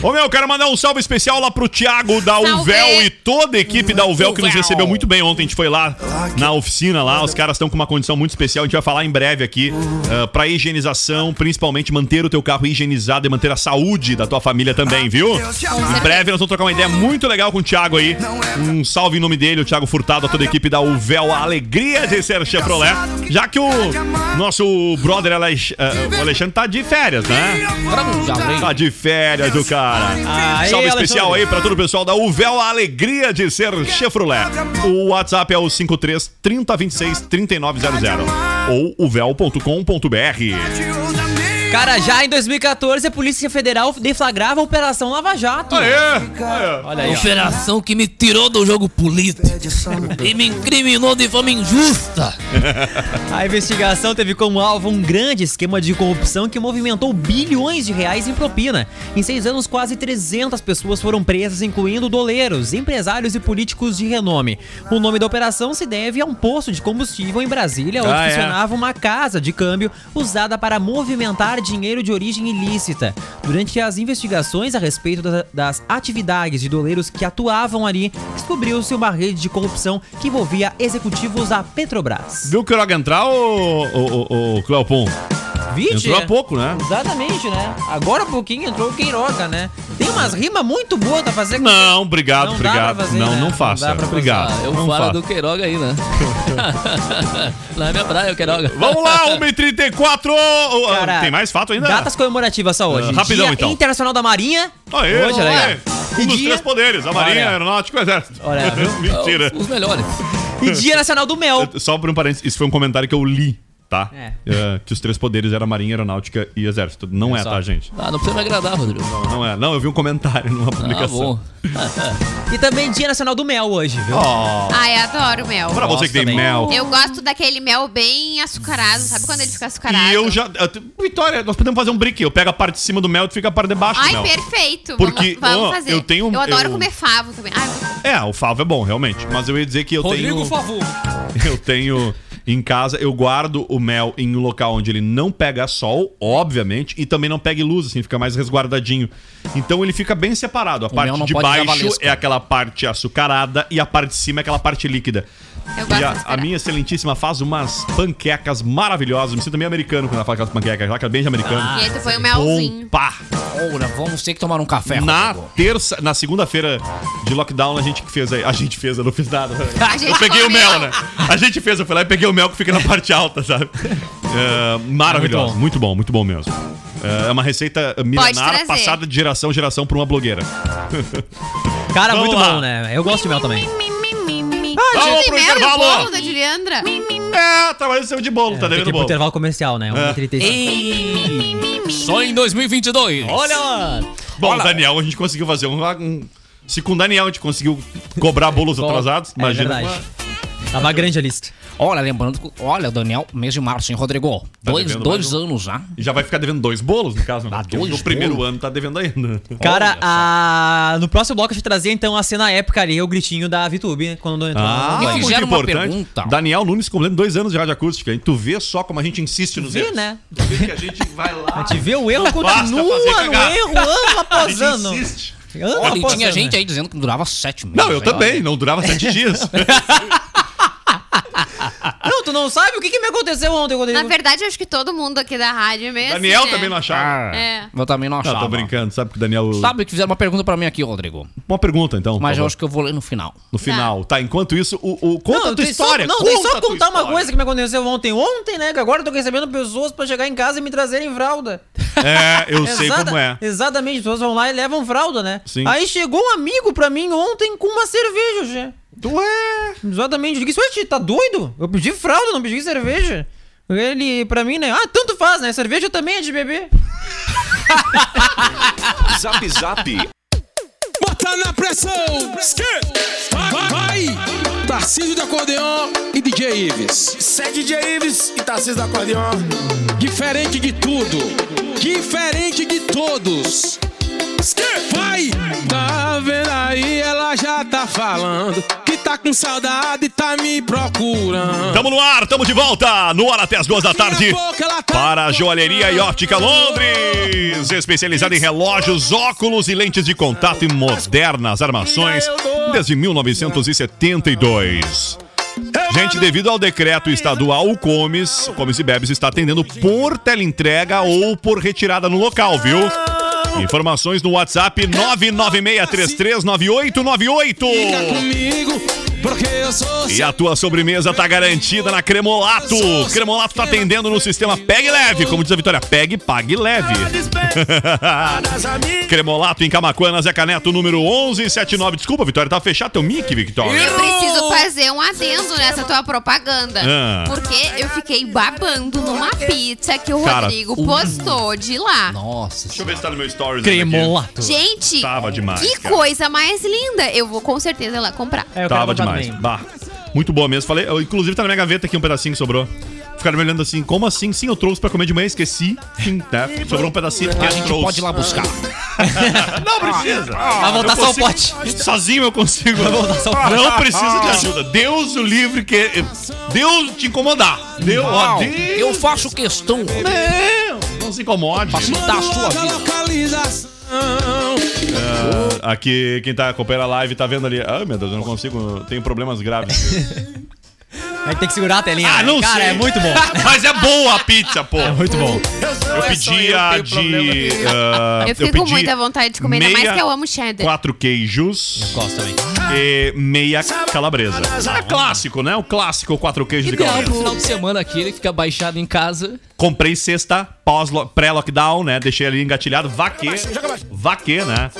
Ô meu, eu quero mandar um salve especial lá pro Thiago da
Salve.
Uvel e toda a equipe da Uvel que nos
Uvel.
recebeu muito bem ontem. A gente foi lá na oficina lá, os caras estão com uma condição muito especial. A gente vai falar em breve aqui ah, pra higienização, principalmente manter o teu carro higienizado e manter a saúde da tua família também, viu? Em breve nós vamos trocar uma ideia muito legal com o Thiago aí. Um salve em nome dele, o Thiago Furtado, a toda a equipe da Uvel, a alegria de ser Chevrolet. Já que tá o nosso brother Alex- ah, o Alexandre tá de férias, né?
Agora já vem.
Tá de férias do cara.
Aê,
Salve
Alexandre.
especial aí pra todo o pessoal da Uvel, a alegria de ser Chevrolet. O WhatsApp é o 53 3026 3900 ou uvel.com.br.
Cara, já em 2014, a Polícia Federal deflagrava a Operação Lava Jato. Olha aí, ó.
Operação que me tirou do jogo político e me incriminou de forma injusta.
A investigação teve como alvo um grande esquema de corrupção que movimentou bilhões de reais em propina. Em seis anos, quase 300 pessoas foram presas, incluindo doleiros, empresários e políticos de renome. O nome da operação se deve a um posto de combustível em Brasília, onde
Ah, é.
funcionava uma casa de câmbio usada para movimentar dinheiro de origem ilícita. Durante as investigações a respeito da- das atividades de doleiros que atuavam ali, descobriu-se uma rede de corrupção que envolvia executivos da Petrobras.
Viu o Quiroga entrar, ô, ô, ô, ô Cleopon?
Vide?
Entrou há pouco, né?
Exatamente, né? Agora há pouquinho entrou o Queiroga, né? Tem umas rimas muito boas pra fazer com
Não, obrigado,
Não dá
obrigado.
pra fazer,
não,
né?
não
Não
faça.
dá pra
obrigado.
Ah, eu
não
falo
faça.
do Queiroga aí, né? Lá é minha praia, o Queiroga.
Vamos lá, 1h34! Ô, ô,
Cara,
Tem mais fato ainda?
Datas comemorativas só hoje.
Ah, rapidão,
Dia
então.
Internacional da Marinha.
Aê,
Hoje,
aê.
né?
Um
E
dos
dia-
três poderes, a Marinha,
Olha.
Aeronáutica e o Exército.
Olha, viu?
Mentira.
Os melhores.
E Dia Nacional do Mel.
Eu- Só por um parênteses, isso foi um comentário que eu li, tá?
É.
É, que os três poderes eram Marinha, Aeronáutica e Exército. Não é,
só.
tá, gente?
Ah, não precisa me agradar, Rodrigo.
Não é. Não, eu vi um comentário numa
Ah,
publicação.
bom.
E também Dia Nacional do Mel hoje, viu?
Ai, eu adoro mel.
pra você
Nossa,
que tem
também.
mel.
Eu gosto daquele mel bem açucarado, sabe quando ele fica açucarado?
E eu já. eu- Vitória, nós podemos fazer um brick. Eu pego a parte de cima do mel e tu fica a parte de baixo
Ai,
do mel.
perfeito.
Porque,
vamos, vamos
ó,
fazer.
eu tenho- um-
eu adoro
eu-
comer favo também. Ai, eu-
É, o favo é bom, realmente. Mas eu ia dizer que eu
Rodrigo
tenho. um
Favor.
Eu tenho em casa, eu guardo o mel em um local onde ele não pega sol, obviamente, e também não pega luz, assim, fica mais resguardadinho. Então ele fica bem separado. A parte
mel não
de
pode dar
baixo
valesca.
é aquela parte açucarada e a parte de cima é aquela parte líquida.
eu gosto
E a,
de
a minha excelentíssima faz umas panquecas maravilhosas. Me sinto meio americano quando ela faz aquelas panquecas, lá que é bem de americano.
Ah. E aí tu
é
põe o
Bom,
melzinho.
pá!
Olha, vamos ter que tomar um café.
Na
Rodrigo.
terça, na segunda-feira de lockdown, a gente que fez aí. A gente fez, eu não fiz nada. né?
gente
Eu peguei o
comeu.
mel, né? A gente fez, eu fui lá e peguei o mel que fica na parte alta, sabe? É, maravilhoso. Muito bom, muito bom mesmo. É uma receita milenar
trazer.
passada de geração em geração por uma blogueira.
Cara,
Vamos
muito
lá.
bom, né? Eu gosto de mel também.
Ah,
Vamos
Vamos
pro
pro mel
intervalo.
e o bolo da Juliandra.
É, trabalhando em cima de bolo, tá
Tem que
devendo É.
ir pro
bolo.
intervalo comercial, né? 1h35.
Ei, Só em 2022.
Olha, lá.
Bom, o Daniel, a gente conseguiu fazer um. um- se com o Daniel a gente conseguiu cobrar bolos atrasados,
É
imagina.
verdade. Tava grande a lista.
Olha, lembrando. que- Olha, Daniel, mês de março, hein, Rodrigo?
Tá
dois
devendo
dois
mais um.
anos já.
E já vai ficar devendo dois bolos, no caso. né?
Ah,
Porque
dois
no primeiro
bolos.
ano tá devendo ainda.
Cara, a- no próximo bloco eu te trazia então a cena épica ali, o gritinho da VTube, né, quando entrou.
Ah,
E
muito
fizeram uma
importante.
pergunta.
Daniel Nunes completando dois anos de rádio acústica, hein? Tu vê só como a gente insiste nos
Vê,
erros.
né?
Tu vê que a gente vai lá.
A gente vê o erro,
fazer
continua no
cagada.
erro, ano
A
após
gente
ano.
insiste.
Ano
Olha, e
após
tinha
ano.
gente aí dizendo que durava sete meses.
Não, eu
aí,
também.
olha.
Não durava sete dias.
Ah, Não, tu não sabe o que, que me aconteceu ontem. quando
Na
eu-
verdade, eu acho que todo mundo aqui da rádio é
É
assim, mesmo.
assim,
Daniel também não achava.
Ah,
É.
Eu também não achava.
Não, tô brincando. Sabe que o Daniel...
Sabe que fizeram uma pergunta pra mim aqui, Rodrigo.
Uma pergunta, então.
Mas
por
eu
favor.
acho que eu vou ler no final.
No final. Tá, enquanto isso, o, o- conta a tua
tem só-
história.
não,
conta
tem só
a tua
contar uma
história.
coisa que me aconteceu ontem. Ontem, né? Que agora eu tô recebendo pessoas pra chegar em casa e me trazerem fralda.
É, eu sei
Exata-
como é.
Exatamente, as pessoas vão lá e levam fralda, né?
Sim.
Aí chegou um amigo pra mim ontem com uma cerveja, Gê.
Ué...
Exatamente. Eu disse, ué, tio, tá doido? Eu pedi fralda, não pedi cerveja. Ele, pra mim, né? Ah, tanto faz, né? Cerveja também é de bebê.
Zap Zap.
Bota na pressão! Vai, vai! Tarcísio do Acordeon e DJ Ives.
Sede de Ives e Tarcísio da Acordeon.
Diferente de tudo. Diferente de todos. Vai! Tá vendo aí? Ela já tá tá falando que tá com saudade e tá me procurando.
Tamo no ar, tamo de volta, no ar até as duas da
é
tarde. Para a Joalheria e Óptica Londres, especializada em relógios, óculos e lentes de contato e modernas armações desde 1972. Gente, devido ao decreto estadual, o Comes, o Comes e Bebes está atendendo por teleentrega ou por retirada no local, viu? Informações no WhatsApp
É
996339898.
Fica comigo, porque eu sou
E a tua sobremesa tá garantida na Cremolato. Cremolato tá atendendo no sistema Pegue Leve. Como diz a Vitória, pegue, pague leve. Cremolato em Camacuã, na Zé Caneto, número 1179. Desculpa, Vitória, tá fechado teu mic, Vitória.
Eu preciso fazer um adendo nessa tua propaganda.
Ah.
Porque eu fiquei babando numa pizza que o
Cara,
Rodrigo
uh.
postou de lá.
Nossa.
Deixa eu ver se tá no meu stories. aqui.
Cremolato.
Gente,
Tava demais,
que
cara.
coisa mais linda. Eu vou com certeza lá comprar.
É, eu quero
Tava
botar
demais.
também.
Bah, muito boa mesmo. Falei, eu, inclusive tá na minha gaveta aqui um pedacinho que sobrou. Ficaram me olhando assim, como assim? Sim, eu trouxe pra comer de manhã, esqueci. Sim, tá? Sobrou um pedacinho que
A gente pode ir lá Ah, buscar.
Não precisa.
Vai voltar Tá, só o pote.
tá-
Sozinho eu consigo.
um
Não precisa de ajuda. Deus o livre que. Deus te incomodar. Deus, ó, Deus.
Eu faço questão.
Não se incomode.
Da sua
a
vida.
localização.
Ah, Aqui, quem tá acompanhando a live tá vendo ali. Ai, meu Deus, eu não consigo. Tenho problemas graves.
A gente tem que segurar a telinha.
Ah,
né?
não
Cara,
sei.
é muito bom.
Mas é boa a pizza, pô.
É muito bom.
Eu pedi a de. ah,
eu fiquei com
pedi
muita vontade de comer, ainda mais
meia-
que eu amo cheddar.
Quatro queijos
Gosto também.
e meia calabresa.
Ah,
É clássico, né? O clássico quatro queijos de
Ideal
calabresa.
pro final de semana aqui, ele fica baixado em casa.
Comprei sexta, pós lo- pré-lockdown, né? Deixei ali engatilhado, vaquê. Vaquê, né?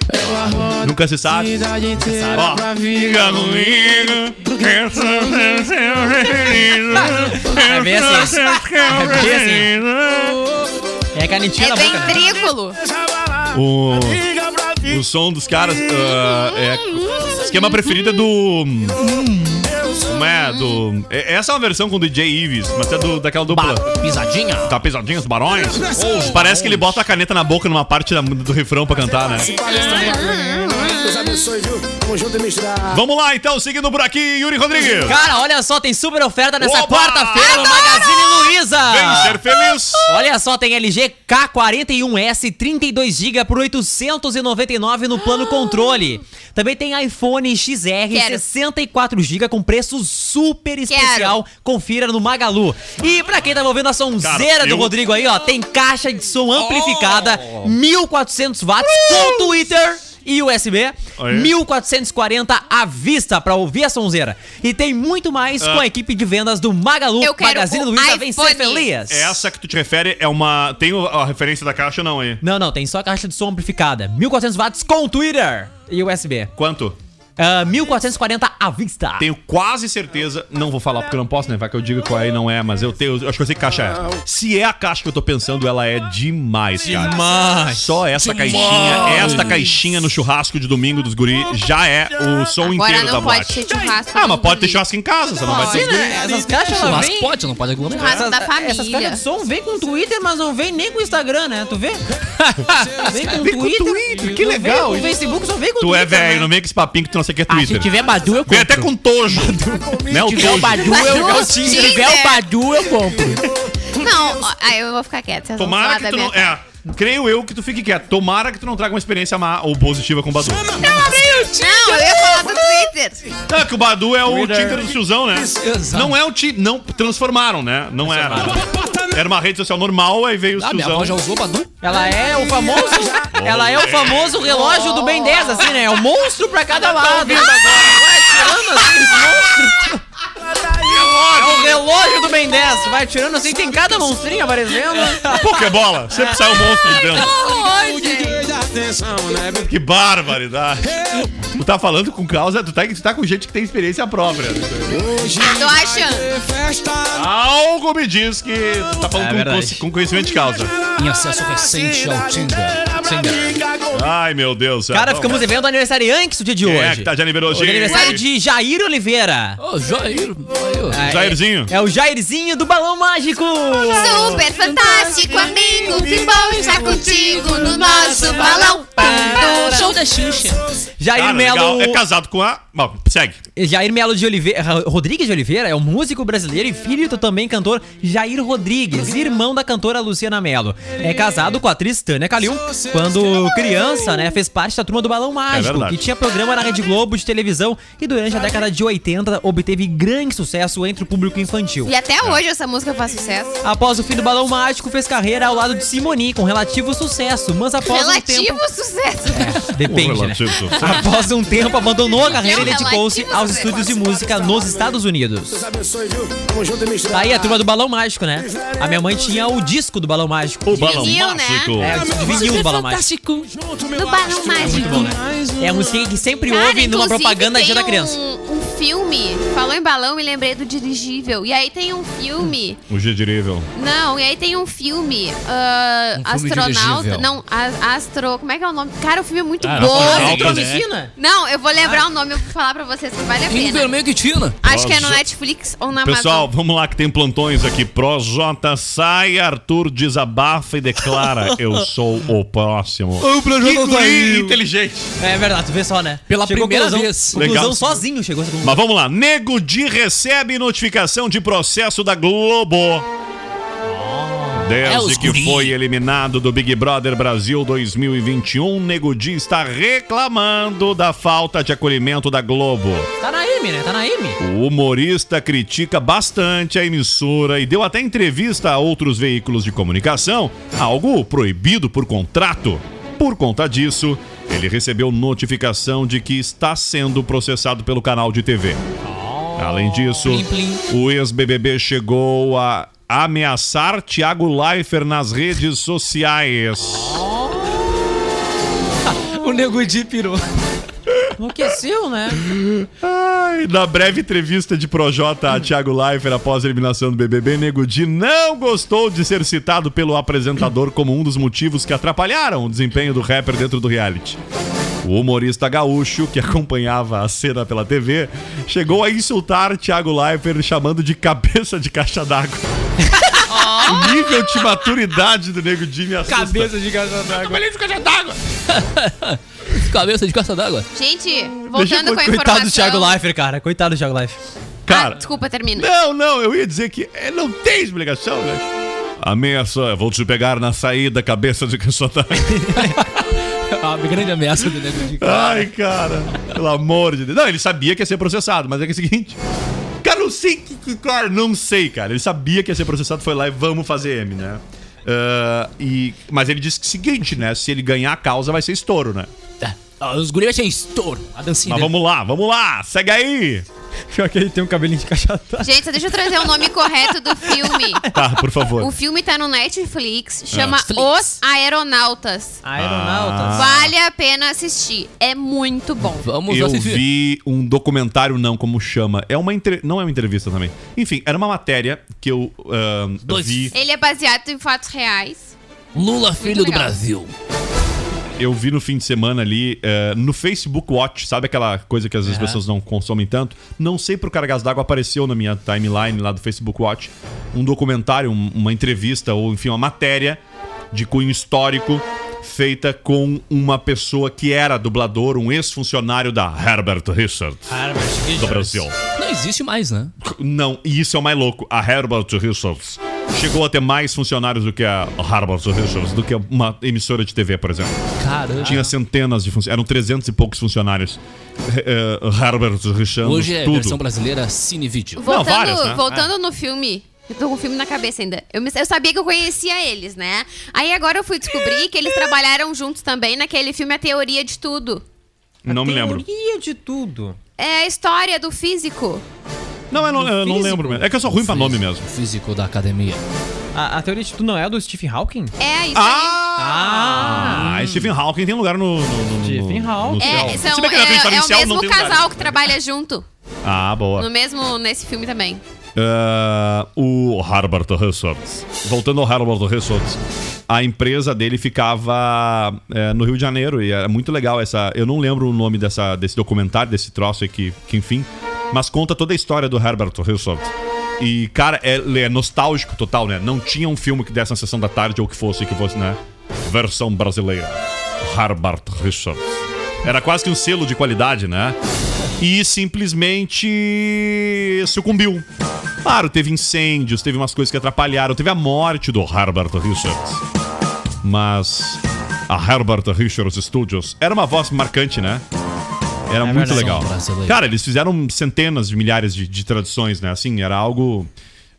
Nunca se sabe.
Cidade inteira
Ó,
pra vir.
fica comigo, que sou seu feliz.
É bem assim. É bem assim. É canetinha
É
na boca. né?
ventrículo.
O, o som dos caras ah, é esquema preferido é do como é do é- essa é uma versão com o DJ Ives, mas é do daquela dupla
pisadinha.
Tá pesadinho os barões? Parece que ele bota a caneta na boca numa parte da- do refrão pra cantar, né?
Deus abençoe, viu? Tamo junto e misturado.
Vamos lá, então, seguindo por aqui, Yuri Rodrigues.
Cara, olha só, tem super oferta nessa
Oba!
quarta-feira no Magazine Luiza.
Vem ser feliz.
Olha só, tem LG K41S 32GB por 899 no plano controle. Também tem iPhone XR
Ah! Quero.
64GB com preço super especial. Confira no Magalu. E pra quem tá ouvindo a sonzeira
Cara,
do
eu- Oh.
Rodrigo aí, ó, tem caixa de som amplificada 1400 watts
Uh!
com Twitter e USB.
Olha.
1440 à vista pra ouvir a sonzeira. E tem muito mais
Ah.
com a equipe de vendas do Magalu.
Eu quero
Magazine
o
Luiza vem ser
iPhone.
feliz.
Essa que tu te refere é uma. Tem o- a referência da caixa ou não aí?
Não, não, tem só a caixa de som amplificada. 1400 watts com Twitter e USB.
Quanto?
Ah, 1440 à vista.
Tenho quase certeza. Não vou falar porque eu não posso, né? Vai que eu digo qual é e não é, mas eu tenho. Eu acho que eu sei que caixa é. Se é a caixa que eu tô pensando, ela é demais, cara.
Demais.
Só essa caixinha, esta caixinha no churrasco de domingo dos guri já é o som
Agora
inteiro da
não pode
boate.
ter churrasco.
Ah,
no
mas pode ter
domingo.
churrasco em casa, você não vai ter
Pode,
os guri.
né?
Essas caixas ela
Mas
vem.
pode, não pode aglomerar.
Churrasco da
Essas
família.
caixas de som vem com Twitter, mas não vem nem com Instagram, né? Tu vê? vem com
Vem com Twitter, que
não
legal
Vem com Facebook, só vem com
Tu é
Twitter.
velho,
né?
não vem com esse papinho que tu não sei o que é Twitter.
Ah, Badu, eu
Vem até com tojo. Né, o
tiver o
tojo.
Badu, eu
Badu,
compro. Se tiver o
Tinder.
Badu, eu compro.
Não, ó, aí eu vou ficar quieta. vocês vão
Tomara
falar
que
da
tu
minha
não... É, creio eu que tu fique quieto. Tomara que tu não traga uma experiência má ou positiva com o Badu. é-
Não, eu ia falar do Twitter.
Não, que o Badu é o Tinder do tiozão, né?
Exato.
Não é o Tinder... Não, transformaram, né? Não era.
é
Era uma rede social normal, aí veio o
Ah, minha
tiozão.
avó já usou Badu?
Ela é o famoso. ela é o famoso relógio do Ben 10, assim, né? É um monstro pra cada
tá
lado. Vai tirando assim os monstros. É o relógio do Ben 10. Vai tirando assim, tem cada monstrinho aparecendo.
É. Pokébola. Sempre sai um monstro de dentro.
Veja atenção, né?
Que barbaridade. Tu tá falando com causa... Tu tá, tu tá com gente que tem experiência própria.
Eu tô achando.
É festa.
Algo me diz que tu tá
É
falando com,
verdade.
consci- com conhecimento de causa.
Em acesso recente ao Tinder. Tinder.
Ai, meu Deus. do céu.
Cara, ficamos devendo o aniversariante do dia de hoje.
É, que tá de aniversário
Hoje
hoje.
é aniversário de Jair Oliveira.
Ô, Jair. aí, ó.
Ah, é-
Jairzinho.
É, o Jairzinho do Balão Mágico.
Super fantástico, amigo. Pimpão está contigo no nosso balão.
Show da Xuxa.
Jair
Cara, legal.
Melo.
É casado com a. Bom, segue.
Jair Melo de Oliveira, Rodrigues de Oliveira é um músico brasileiro e filho do também cantor Jair Rodrigues, irmão da cantora Luciana Melo. É casado com a atriz Tânia Calil, quando criança, né, fez parte da turma do Balão Mágico,
É verdade.
que tinha programa na Rede Globo de televisão e durante a década de 80 obteve grande sucesso entre o público infantil.
E até hoje essa música faz sucesso.
Após o fim do Balão Mágico, fez carreira ao lado de Simoni, com relativo sucesso, mas após um
Relativo
tempo...
sucesso.
Um
Depende, né?
relativo sucesso.
Após um tempo, abandonou a carreira e
Meu
dedicou-se
relativo
aos
sucesso.
estúdios de música nos Estados Unidos.
Deus abençoe, viu? Tamo junto e misturado.
Tá aí a turma do Balão Mágico, né? A minha mãe tinha o disco do Balão Mágico.
O balão
Vinil, né?
mágico.
É, o vinil do Balão Mágico.
Fantástico.
No Balão Mágico.
É um skate que sempre
Cara,
houve numa
inclusive,
propaganda
tem
dia da criança.
Um, um filme, falou em balão, me lembrei do dirigível. E aí tem um filme.
O Gedirível.
Não, e aí tem um filme. ah,
Um filme
astronauta.
dirigível.
Não, a- astro. Como é que é o nome? Cara, o filme é muito
Ah,
bom.
astronauta.
né?
Intromicina?
Não, eu vou
Ah.
lembrar o nome, eu vou falar pra vocês que vale a pena.
Invermectina.
Acho que é no Netflix ou na
Pessoal,
Amazon.
vamos lá que tem plantões aqui. Projota sai, Arthur desabafa e declara: Eu sou o próximo.
O
Que
projeto
guri inteligente.
É verdade, tu vê só, né?
Pela primeira
conclusão,
vez.
Conclusão
Legal.
sozinho chegou essa conclusão.
Mas vamos lá. Nego de recebe notificação de processo da Globo.
É, os
Desde que
guri.
foi eliminado do Big Brother Brasil 2021, Nego Di está reclamando da falta de acolhimento da Globo.
Tá na M, né? Tá na M.
O humorista critica bastante a emissora e deu até entrevista a outros veículos de comunicação, algo proibido por contrato. Por conta disso, ele recebeu notificação de que está sendo processado pelo canal de TV. Além disso,
Plim, plim.
o ex-BBB chegou a ameaçar Thiago Leifert nas redes sociais.
O Nego Di pirou.
Enlouqueceu, né?
Ai, na breve entrevista de Projota a Thiago Leifert após a eliminação do BBB, Nego Di não gostou de ser citado pelo apresentador como um dos motivos que atrapalharam o desempenho do rapper dentro do reality. O humorista gaúcho, que acompanhava a cena pela TV, chegou a insultar Thiago Leifert chamando de cabeça de caixa d'água. o nível de maturidade do Nego Di me assusta.
de caixa d'água.
Cabeça de caça d'água.
Gente,
Deixa
voltando
eu-
com a informação.
Coitado do Thiago Leifert, cara. Coitado do Thiago Leifert.
Cara,
Ah, desculpa, termina.
Não, não, eu ia dizer que é, não tem explicação, né? Ameaça, vou te pegar na saída, cabeça de caçotar.
A grande ameaça do Nego Di.
Ai, cara, pelo amor de Deus. Não, ele sabia que ia ser processado, mas é que é o seguinte. Cara, não sei que. que- Cara, não sei, cara. Ele sabia que ia ser processado, foi lá e vamos fazer M, né? Ah, e, mas ele disse que é o seguinte, né? Se ele ganhar a causa, vai ser estouro, né?
Tá. Ah, Os guris achei estouro. A dancinha.
Mas
dele.
vamos lá, vamos lá, segue aí!
Pior que ele tem um cabelinho de caixa d'água.
Gente, só deixa eu trazer o nome correto do filme.
Tá, por
O
favor.
filme tá no Netflix, chama
Netflix.
Os Aeronautas.
Ah.
Aeronautas.
Vale a pena assistir. É muito bom.
Vamos
Eu
assistir.
vi um documentário, não, como chama. É uma entre- Não é uma entrevista também. Enfim, era uma matéria que eu ah,
Dois.
vi.
Ele é baseado em fatos reais.
Lula, filho do
legal.
Brasil.
Eu vi no fim de semana ali eh, no Facebook Watch, sabe aquela coisa que às vezes as pessoas não consomem tanto? Não sei pro Cargas d'Água apareceu na minha timeline lá do Facebook Watch um documentário, um- uma entrevista ou enfim, uma matéria de cunho histórico feita com uma pessoa que era dublador, um ex-funcionário da Herbert Richards do Brasil.
Não existe mais, né?
Não, e isso é o mais louco. A Herbert Richards chegou a ter mais funcionários do que a Herbert Richards, do que uma emissora de TV, por exemplo.
Caramba.
Tinha centenas de funcionários. Eram 300 e poucos funcionários. Eh, eh, Herbert, Richard,
Hoje é a
tudo.
versão brasileira Cine Vídeo.
Voltando,
várias, né?
voltando no filme. Eu tô com o filme na cabeça ainda. Eu, me- eu sabia que eu conhecia eles, né? Aí agora eu fui descobrir que eles trabalharam juntos também naquele filme A Teoria de Tudo.
Não me lembro.
Teoria de tudo.
É a história do físico.
Não, eu não, eu não
Físico?
lembro mesmo. É que eu sou ruim pra nome mesmo.
Físico da academia.
A, a teoria de tudo não é a do Stephen Hawking?
É isso
Ah!
Ah, Stephen Hawking tem lugar no. no, no- no-
Stephen Hawking.
no
aí.
céu.
É, são-
Se bem que na
é-
frente
é o
inicial não
mesmo
tem um lugar. assim.
casal que trabalha junto.
Ah, boa.
No mesmo, nesse filme também.
Ah, o Herbert Resorts. Voltando ao Herbert Resorts. A empresa dele ficava eh, no Rio de Janeiro e era muito legal essa. Eu não lembro o nome dessa, desse documentário, desse troço aí que, que enfim. Mas conta toda a história do Herbert Resorts. E, cara, é, é nostálgico total, né? Não tinha um filme que desse na sessão da tarde ou que fosse, que fosse, né? Versão brasileira. Herbert Richards. Era quase que um selo de qualidade, né? E simplesmente sucumbiu. Claro, teve incêndios, teve umas coisas que atrapalharam, teve a morte do Herbert Richards. Mas a Herbert Richards Studios era uma voz marcante, né? Era muito
verdade.
legal.
São brasileiros.
Cara, eles fizeram centenas de milhares de, de traduções, né? Assim, era algo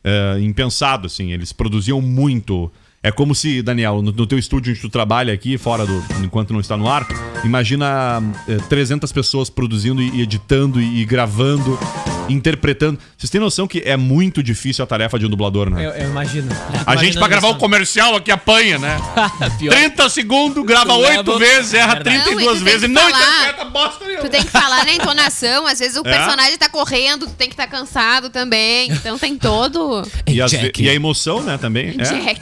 é, impensado, assim. Eles produziam muito. É como se, Daniel, no, no teu estúdio onde tu trabalha aqui, fora do... Enquanto não está no ar, imagina é, 300 pessoas produzindo e, e editando e, e gravando, interpretando. Vocês têm noção que é muito difícil a tarefa de um dublador, né?
Eu, eu imagino.
A gente, pra gravar o comercial aqui, apanha, né?
Pior.
30 segundos, grava
Tu leva-
8 vezes, erra
Verdade.
Não, e
32
tu tem
vezes,
que
não
falar.
interpreta bosta nenhuma.
Tu tem que falar na entonação, às vezes o
É?
personagem tá correndo, tu tem que estar tá cansado também. Então tem todo.
E, as ve-
É Jack,
e a emoção, né, também. é.
Jack.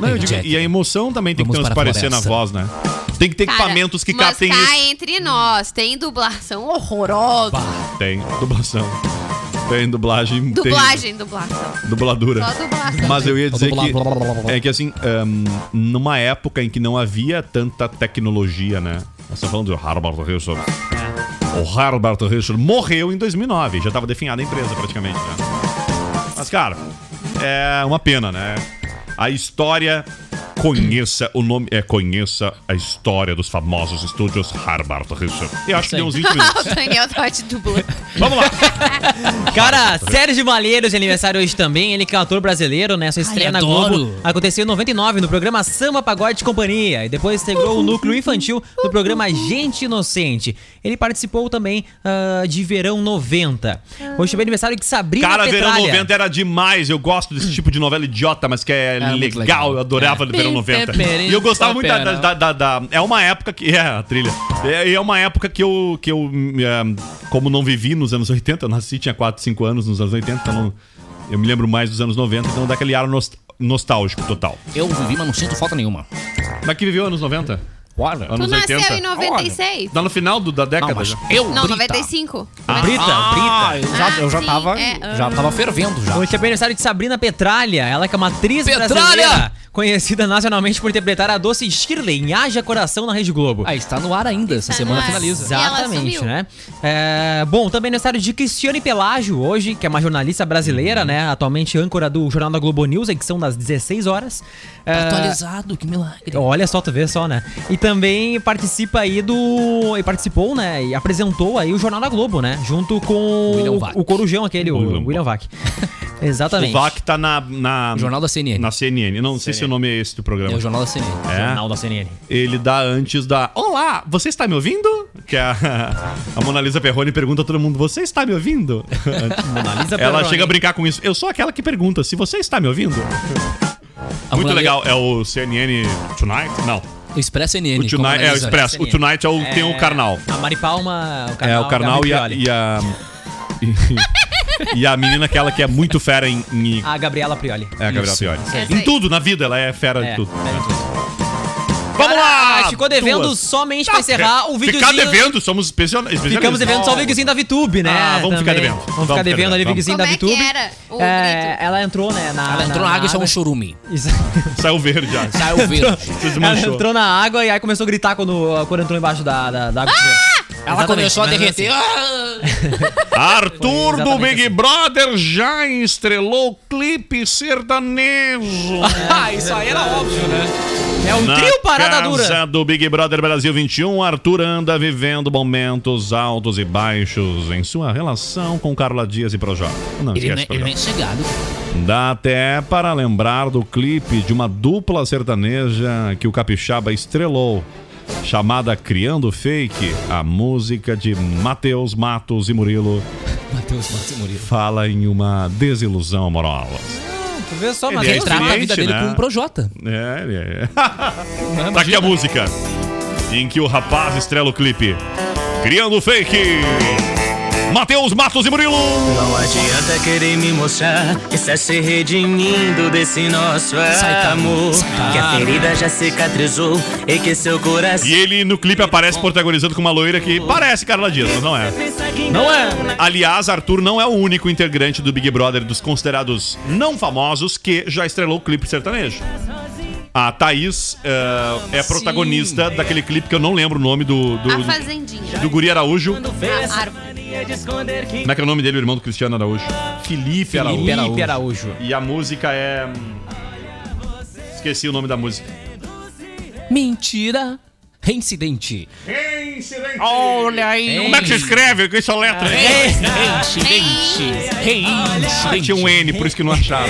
Não, eu digo-
Jack.
e a emoção também tem
Vamos
que
para a
transparecer na
floresta.
voz, né? Tem que ter equipamentos que
mas
captem
cá
isso.
entre nós, tem dublação horrorosa.
Tem dublação. Tem dublagem.
Dublagem, dublação.
Tem dubladura.
Só dublação.
Mas eu ia dizer
Blá, blá, blá, blá, blá,
que.
blá.
É que assim, ahn, numa época em que não havia tanta tecnologia, né? Nós estamos falando do Herbert Richard. O
É.
Herbert Richard morreu em 2009. Já estava definhada a empresa praticamente, né? Mas, cara, é uma pena, né? A história. Conheça o nome. É, conheça a história dos famosos estúdios Herbert Richard. Eu acho que
Sim.
deu uns 20 minutos.
o Daniel Totti dublou.
Vamos lá!
Cara, Sérgio Malheiros de aniversário hoje também, ele cantor brasileiro, né? Sua estreia
Ai,
na
adoro.
Globo aconteceu em 99 no programa Samba Pagode e Companhia e depois integrou o núcleo infantil do programa Gente Inocente. Ele participou também ah, de Verão 90. Hoje também é aniversário de Sabrina
Cara, Verão
Petralha.
90 era demais. Eu gosto desse tipo de novela idiota, mas que é
Era muito
legal.
legal.
Eu adorava Verão
É.
90. E eu gostava muito da, da, da- da- É uma época que. É, a trilha. É, e é uma época que eu. Que eu é, como não vivi nos anos 80, eu nasci, tinha 4, 5 anos nos anos 80, então não- eu me lembro mais dos anos 90, então dá aquele ar nost- nostálgico total.
Eu vivi, mas não sinto falta nenhuma.
Mas que viveu anos 90?
Olha.
Anos
Tu nasceu
80.
em 96.
Tá no final do- da década
Não, mas
já.
eu,
Não,
Brita.
95.
Ah, Brita, Brita. Eu já, eu já
né? Ah, sim,
tava,
é,
já
ah.
tava fervendo já.
Hoje é aniversário de Sabrina Petralha, ela que é uma atriz
Tá. Petralha!
brasileira, conhecida nacionalmente por interpretar a doce Shirley em Haja Coração na Rede Globo.
Ah, está no ar ainda. Essa
Está
semana
no ar.
finaliza.
E ela
Exatamente,
sumiu.
né? É, bom, também aniversário de Cristiane Pelágio hoje, que é uma jornalista brasileira, né? Atualmente âncora do Jornal da Globo News, que são das 16 horas. É,
Atualizado, que
É
milagre.
Olha só, tu vê só, né? E também participa aí do. E participou, né? E apresentou aí o Jornal da Globo, né? Junto com
William
o,
Vac.
o Corujão aquele, o
William
William, Vac. Exatamente.
O VAC tá na. na
Jornal da CNN.
Na CNN. Eu não sei se o nome é esse do
É
programa.
o Jornal da CNN.
É.
Jornal da CNN.
ele dá antes da Olá, você está me ouvindo? Que a, a Mona Lisa Perrone pergunta a todo mundo: Você está me ouvindo?
Analisa
Ela
Perroni.
chega a brincar com isso. Eu sou aquela que pergunta: Se você está me ouvindo?
A
Muito
Mona
legal. É o CNN Tonight? Não.
O Expresso
O
NN. como
Tonight é o
analisa.
Expresso. O Tonight é o, tem o
É,
Carnal.
A Mari Palma, o
É,
Carnal.
o Carnal e a.
Gabriele
E a, e, e a menina aquela que é muito fera em. em
A Gabriela Prioli.
é a Gabriela
isso.
Fiore.
Essa
Em
aí.
tudo, na vida, ela é fera em
É,
tudo.
fera em
Vamos
Cara,
lá!
Ficou devendo
Duas. Tá
somente pra encerrar o videozinho.
Ficar devendo, somos especial- especialistas.
Ficamos devendo só o videozinho da VTube, né?
Ah, vamos ficar devendo.
Vamos,
Vamos
ficar
ficar
devendo ali o
devendo,
videozinho
Como
da
é
VTube.
que era o grito?
ela entrou, né? Na,
Ela entrou na água e saiu um
show.
chorume.
Saiu verde já.
Saiu verde.
Ela
Desmanchou.
entrou na água e aí começou a gritar quando, quando entrou embaixo da, da, da água.
Ela
Ah!
Exatamente,
começou a
mas
derreter. Ah!
Arthur do
exatamente
Big
assim.
Brother já estrelou clipe sertanejo.
Ah, isso aí era óbvio, né? É um
Na
trio parada dura.
casa do Big Brother Brasil 21, Arthur anda vivendo momentos altos e baixos em sua relação com Carla Dias e Projota. Não,
Ele
esquece
nem,
é-
Projota.
ele nem chegado.
Dá até para lembrar do clipe de uma dupla sertaneja que o Capixaba estrelou, chamada Criando Fake, a música de Matheus Matos e Murilo
Matheus Matos e Murilo.
fala em uma desilusão amorosa.
Tu vê só,
Ele
mas
é
eu-
Ele trata a
Excelente,
vida dele
né?
com um Projota.
É, ele é. tá aqui a música em que o rapaz estrela o clipe Criando Fake. Matheus Matos e Murilo.
Não adianta querer me mostrar que está se redimindo desse nosso amor. Que a ferida já cicatrizou e que seu coração.
E ele no clipe aparece protagonizando com uma loira que parece Carla Dias, mas não é.
Não é?
Aliás, Arthur não é o único integrante do Big Brother dos considerados não famosos que já estrelou o clipe sertanejo. A Thaís eh, é protagonista daquele clipe que eu não lembro o nome do. do
A Fazendinha.
do Guri Araújo.
A árvore.
Como é que é o nome dele, o irmão do Cristiano Araújo? Felipe, Araújo.
Araújo. Araújo.
E a música é. hum, Esqueci o nome da música.
Mentira. Reincidente.
Olha aí.
Como é que se
escreve? Que só letra?
Reincidente. Reincidente.
Tinha um N, por isso que não achava.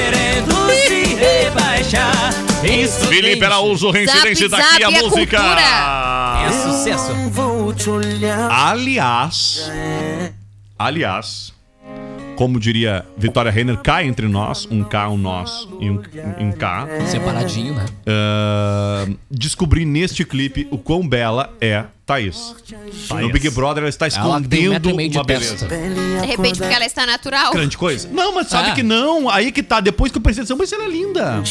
Felipe Araújo, reincidente
Zap,
daqui a
zap, é
música.
cultura.
Sucesso.
Aliás, aliás, como diria Vitória Renner, cá entre nós, um K, um nós e um, um K,
Separadinho, né?
ah, descobri neste clipe o quão bela é Thaís. No Big Brother ela está
Ela tem
escondendo
um metro e meio de
uma beleza.
testa.
De repente, porque ela está natural.
Grande coisa. Não, mas sabe
Ah.
que não. Aí que tá. Depois que eu prestei atenção, mas ela é linda.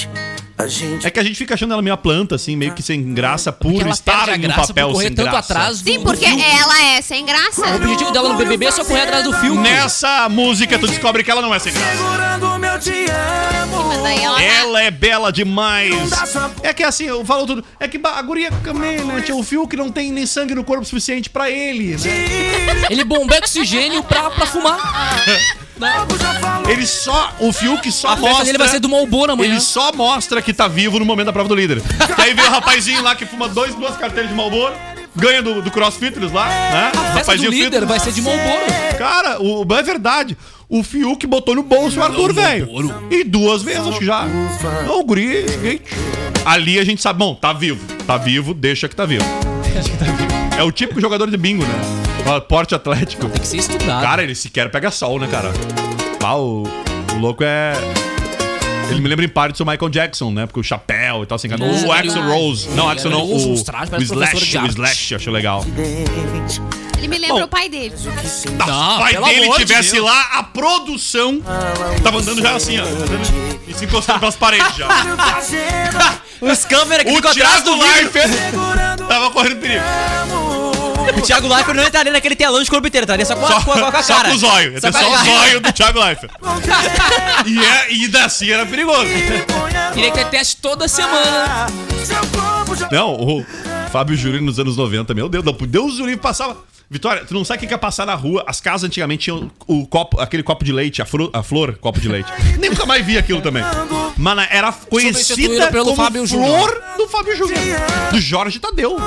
É que a gente fica achando ela meio planta, assim, meio que sem graça,
Porque
por
ela
estar
perde a
em um
graça por
papel
correr
sem
tanto
graça.
atrás do-
Sim, porque
do filme.
ela é sem graça.
O objetivo dela no BBB é só correr atrás do filme.
Nessa música, tu descobre que ela não é sem graça.
Mas daí ela, tá-
Ela é bela demais. É que assim, eu falo tudo. É que ba- a guria também, né? Tinha o fio que não tem nem sangue no corpo suficiente pra ele, né?
Ele bombeia oxigênio pra, pra fumar. Né?
Ele só. O fio que só
A festa
mostra.
dele vai ser do Malboro amanhã.
Ele só mostra que tá vivo no momento da prova do líder. E aí vem o rapazinho lá que fuma dois, duas carteiras de Malboro, ganha do, do Cross Fitness lá, né?
A festa do líder vai ser de Malboro.
Cara, o, é verdade. O Fiuk botou no bolso o Arthur, velho. E duas vezes, acho que já. Não, o guri, gente. Ali a gente sabe, bom, tá vivo. Tá vivo, deixa que tá vivo. É o típico jogador de bingo, né? Ó, Porte atlético.
Tem que ser estudado.
Cara, ele sequer pega sol, né, cara? Pá, o, o louco é... Ele me lembra em parte do Michael Jackson, né? Porque o chapéu e tal, assim, cara.
É,
O Axel
verdade.
Rose. Não, Axel não,
Ele usa
o,
uns trajes,
o
parece professor
Slash.
de
O
arte.
Slash, eu acho legal.
ele me lembra
Bom.
o pai dele.
Se
Não,
o pai
pelo
dele
amor de
tivesse
Deus.
lá, a produção tava andando já assim, ó. E se encostando pelas paredes já.
Os câmeras que ficam
o
atrás do
Thiago
vidro.
Leifert tava correndo perigo.
O Thiago Leifert não entraria naquele telão de corpo inteiro, estaria só com a,
Só,
Tá com a, com a cara.
só com os olhos.
Só
Até só
com a
os
cara.
olhos do Thiago Leifert. E, é, e assim era perigoso.
Queria que ele teste toda
Ah.
semana. Tá,
Não, o Fábio Júlio nos anos 90, meu Deus, não, Deus o livro passava. Vitória, tu não sabe o que que ia passar na rua. As casas antigamente tinham o copo, aquele copo de leite, a, fru- a flor, copo de leite. Nem nunca mais vi aquilo também. Mano, era conhecida
Substituída pelo
como
Fábio Júnior.
flor do Fábio Júnior. Do Jorge Tadeu.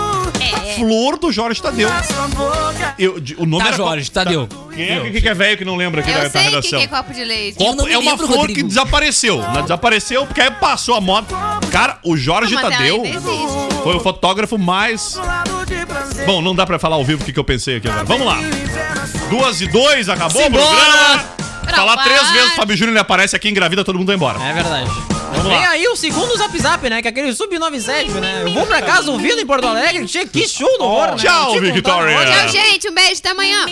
É.
A flor do Jorge Tadeu. Eu, de- o nome
Tá,
era co-
Jorge, Tadeu.
Quem é, que- que é velho que não lembra aqui da,
Eu
da
sei
redação?
quem é copo de leite.
Eu não me
é uma
lembro,
flor
Rodrigo.
que desapareceu. né? Desapareceu porque aí passou a moto. Cara, o Jorge
Não, mas
é,
ela
Tadeu
ainda existe.
foi o fotógrafo mais. Bom, não dá pra falar ao vivo o que, que eu pensei aqui agora. Vamos lá. Duas e dois, acabou o
Simbora!
programa. Falar
Pra
três
baixo.
vezes, Fábio Júnior ele aparece aqui, engravida, todo mundo vai embora.
É verdade.
Vamos
Vem
lá.
aí o segundo Zap Zap, né? Que é aquele Sub-97, né? Eu vou pra casa ouvindo em Porto Alegre. che- Que show no
É,
horror, né?
Tchau,
Não te
Victoria.
contaram,
Tchau, gente. Um beijo. Até amanhã.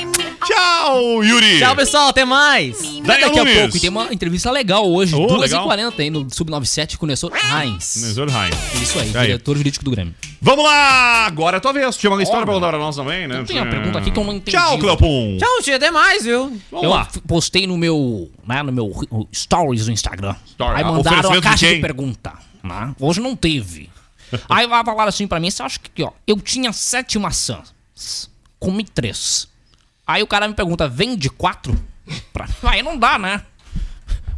Tchau, Yuri.
não. Tchau, pessoal. Até mais.
Daniel
Daqui a
Nunes.
pouco. E tem uma entrevista legal hoje,
Oh,
2h40 aí no Sub97 com o Nessor Heinz.
Professor Heinz.
Isso aí,
Aí.
diretor jurídico do Grêmio.
Vamos lá, agora é a tua vez. Tinha uma história pra contar pra nós também, né?
Tem uma pergunta aqui que eu não entendi.
Tchau, Cleopum.
Tchau, tia. Até mais, viu?
Vamos
Eu
lá.
f- postei no meu, né, no meu o stories do Instagram.
Story.
Aí
Ah,
mandaram a
oferecimento de
caixa
quem?
de pergunta. né? Hoje não teve. Aí lá falaram assim pra mim, você acha que, ó, eu tinha sete maçãs, comi três. Aí o cara me pergunta, vende quatro? Pra... Aí não dá, né?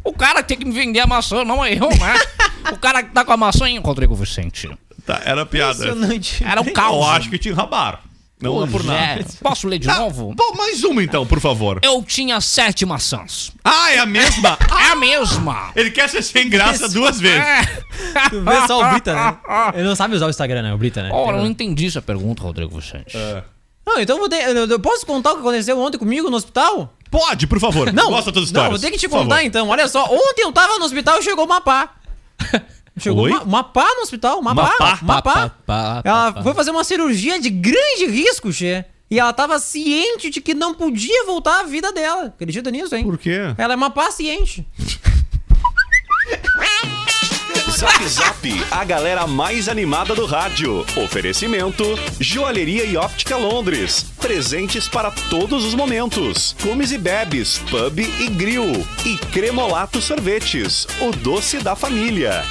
O cara que tem que me vender a maçã, não é eu, né? O cara que tá com a maçã, hein, Rodrigo Vicente?
Tá, era piada.
Impressionante.
Era um
Eu
caos.
acho que te enrabaram. Não, não por
Pois
nada.
é. Posso ler de
Tá,
novo?
bom, mais uma então, por favor.
Eu tinha sete maçãs.
Ah, é a mesma?
É a mesma.
Ele quer ser sem graça duas vezes.
É.
Tu vê só o Brita, né? Ele não sabe usar o Instagram, né? O Brita, né?
Ora, eu não entendi essa pergunta, Rodrigo Vicente.
né?
Não, então eu vou ter, eu, eu posso contar o que aconteceu ontem comigo no hospital?
Pode, por favor.
Não.
Gosta todas as
Não,
histórias.
vou ter que te
Por favor.
contar então. Olha só, ontem eu tava no hospital e chegou uma pá. Chegou
Oi?
uma, uma pá no hospital, uma,
Uma
pá,
pá?
uma pá.
Pá, pá, pá,
Ela
pá.
foi fazer uma cirurgia de grande risco, che. E ela tava ciente de que não podia voltar à vida dela. Acredita nisso, hein?
Por quê?
Ela é uma paciente.
Zap Zap, a galera mais animada do rádio. Oferecimento: Joalheria e Óptica Londres. Presentes para todos os momentos. Comes e bebes, pub e grill. E Cremolato Sorvetes, o doce da família.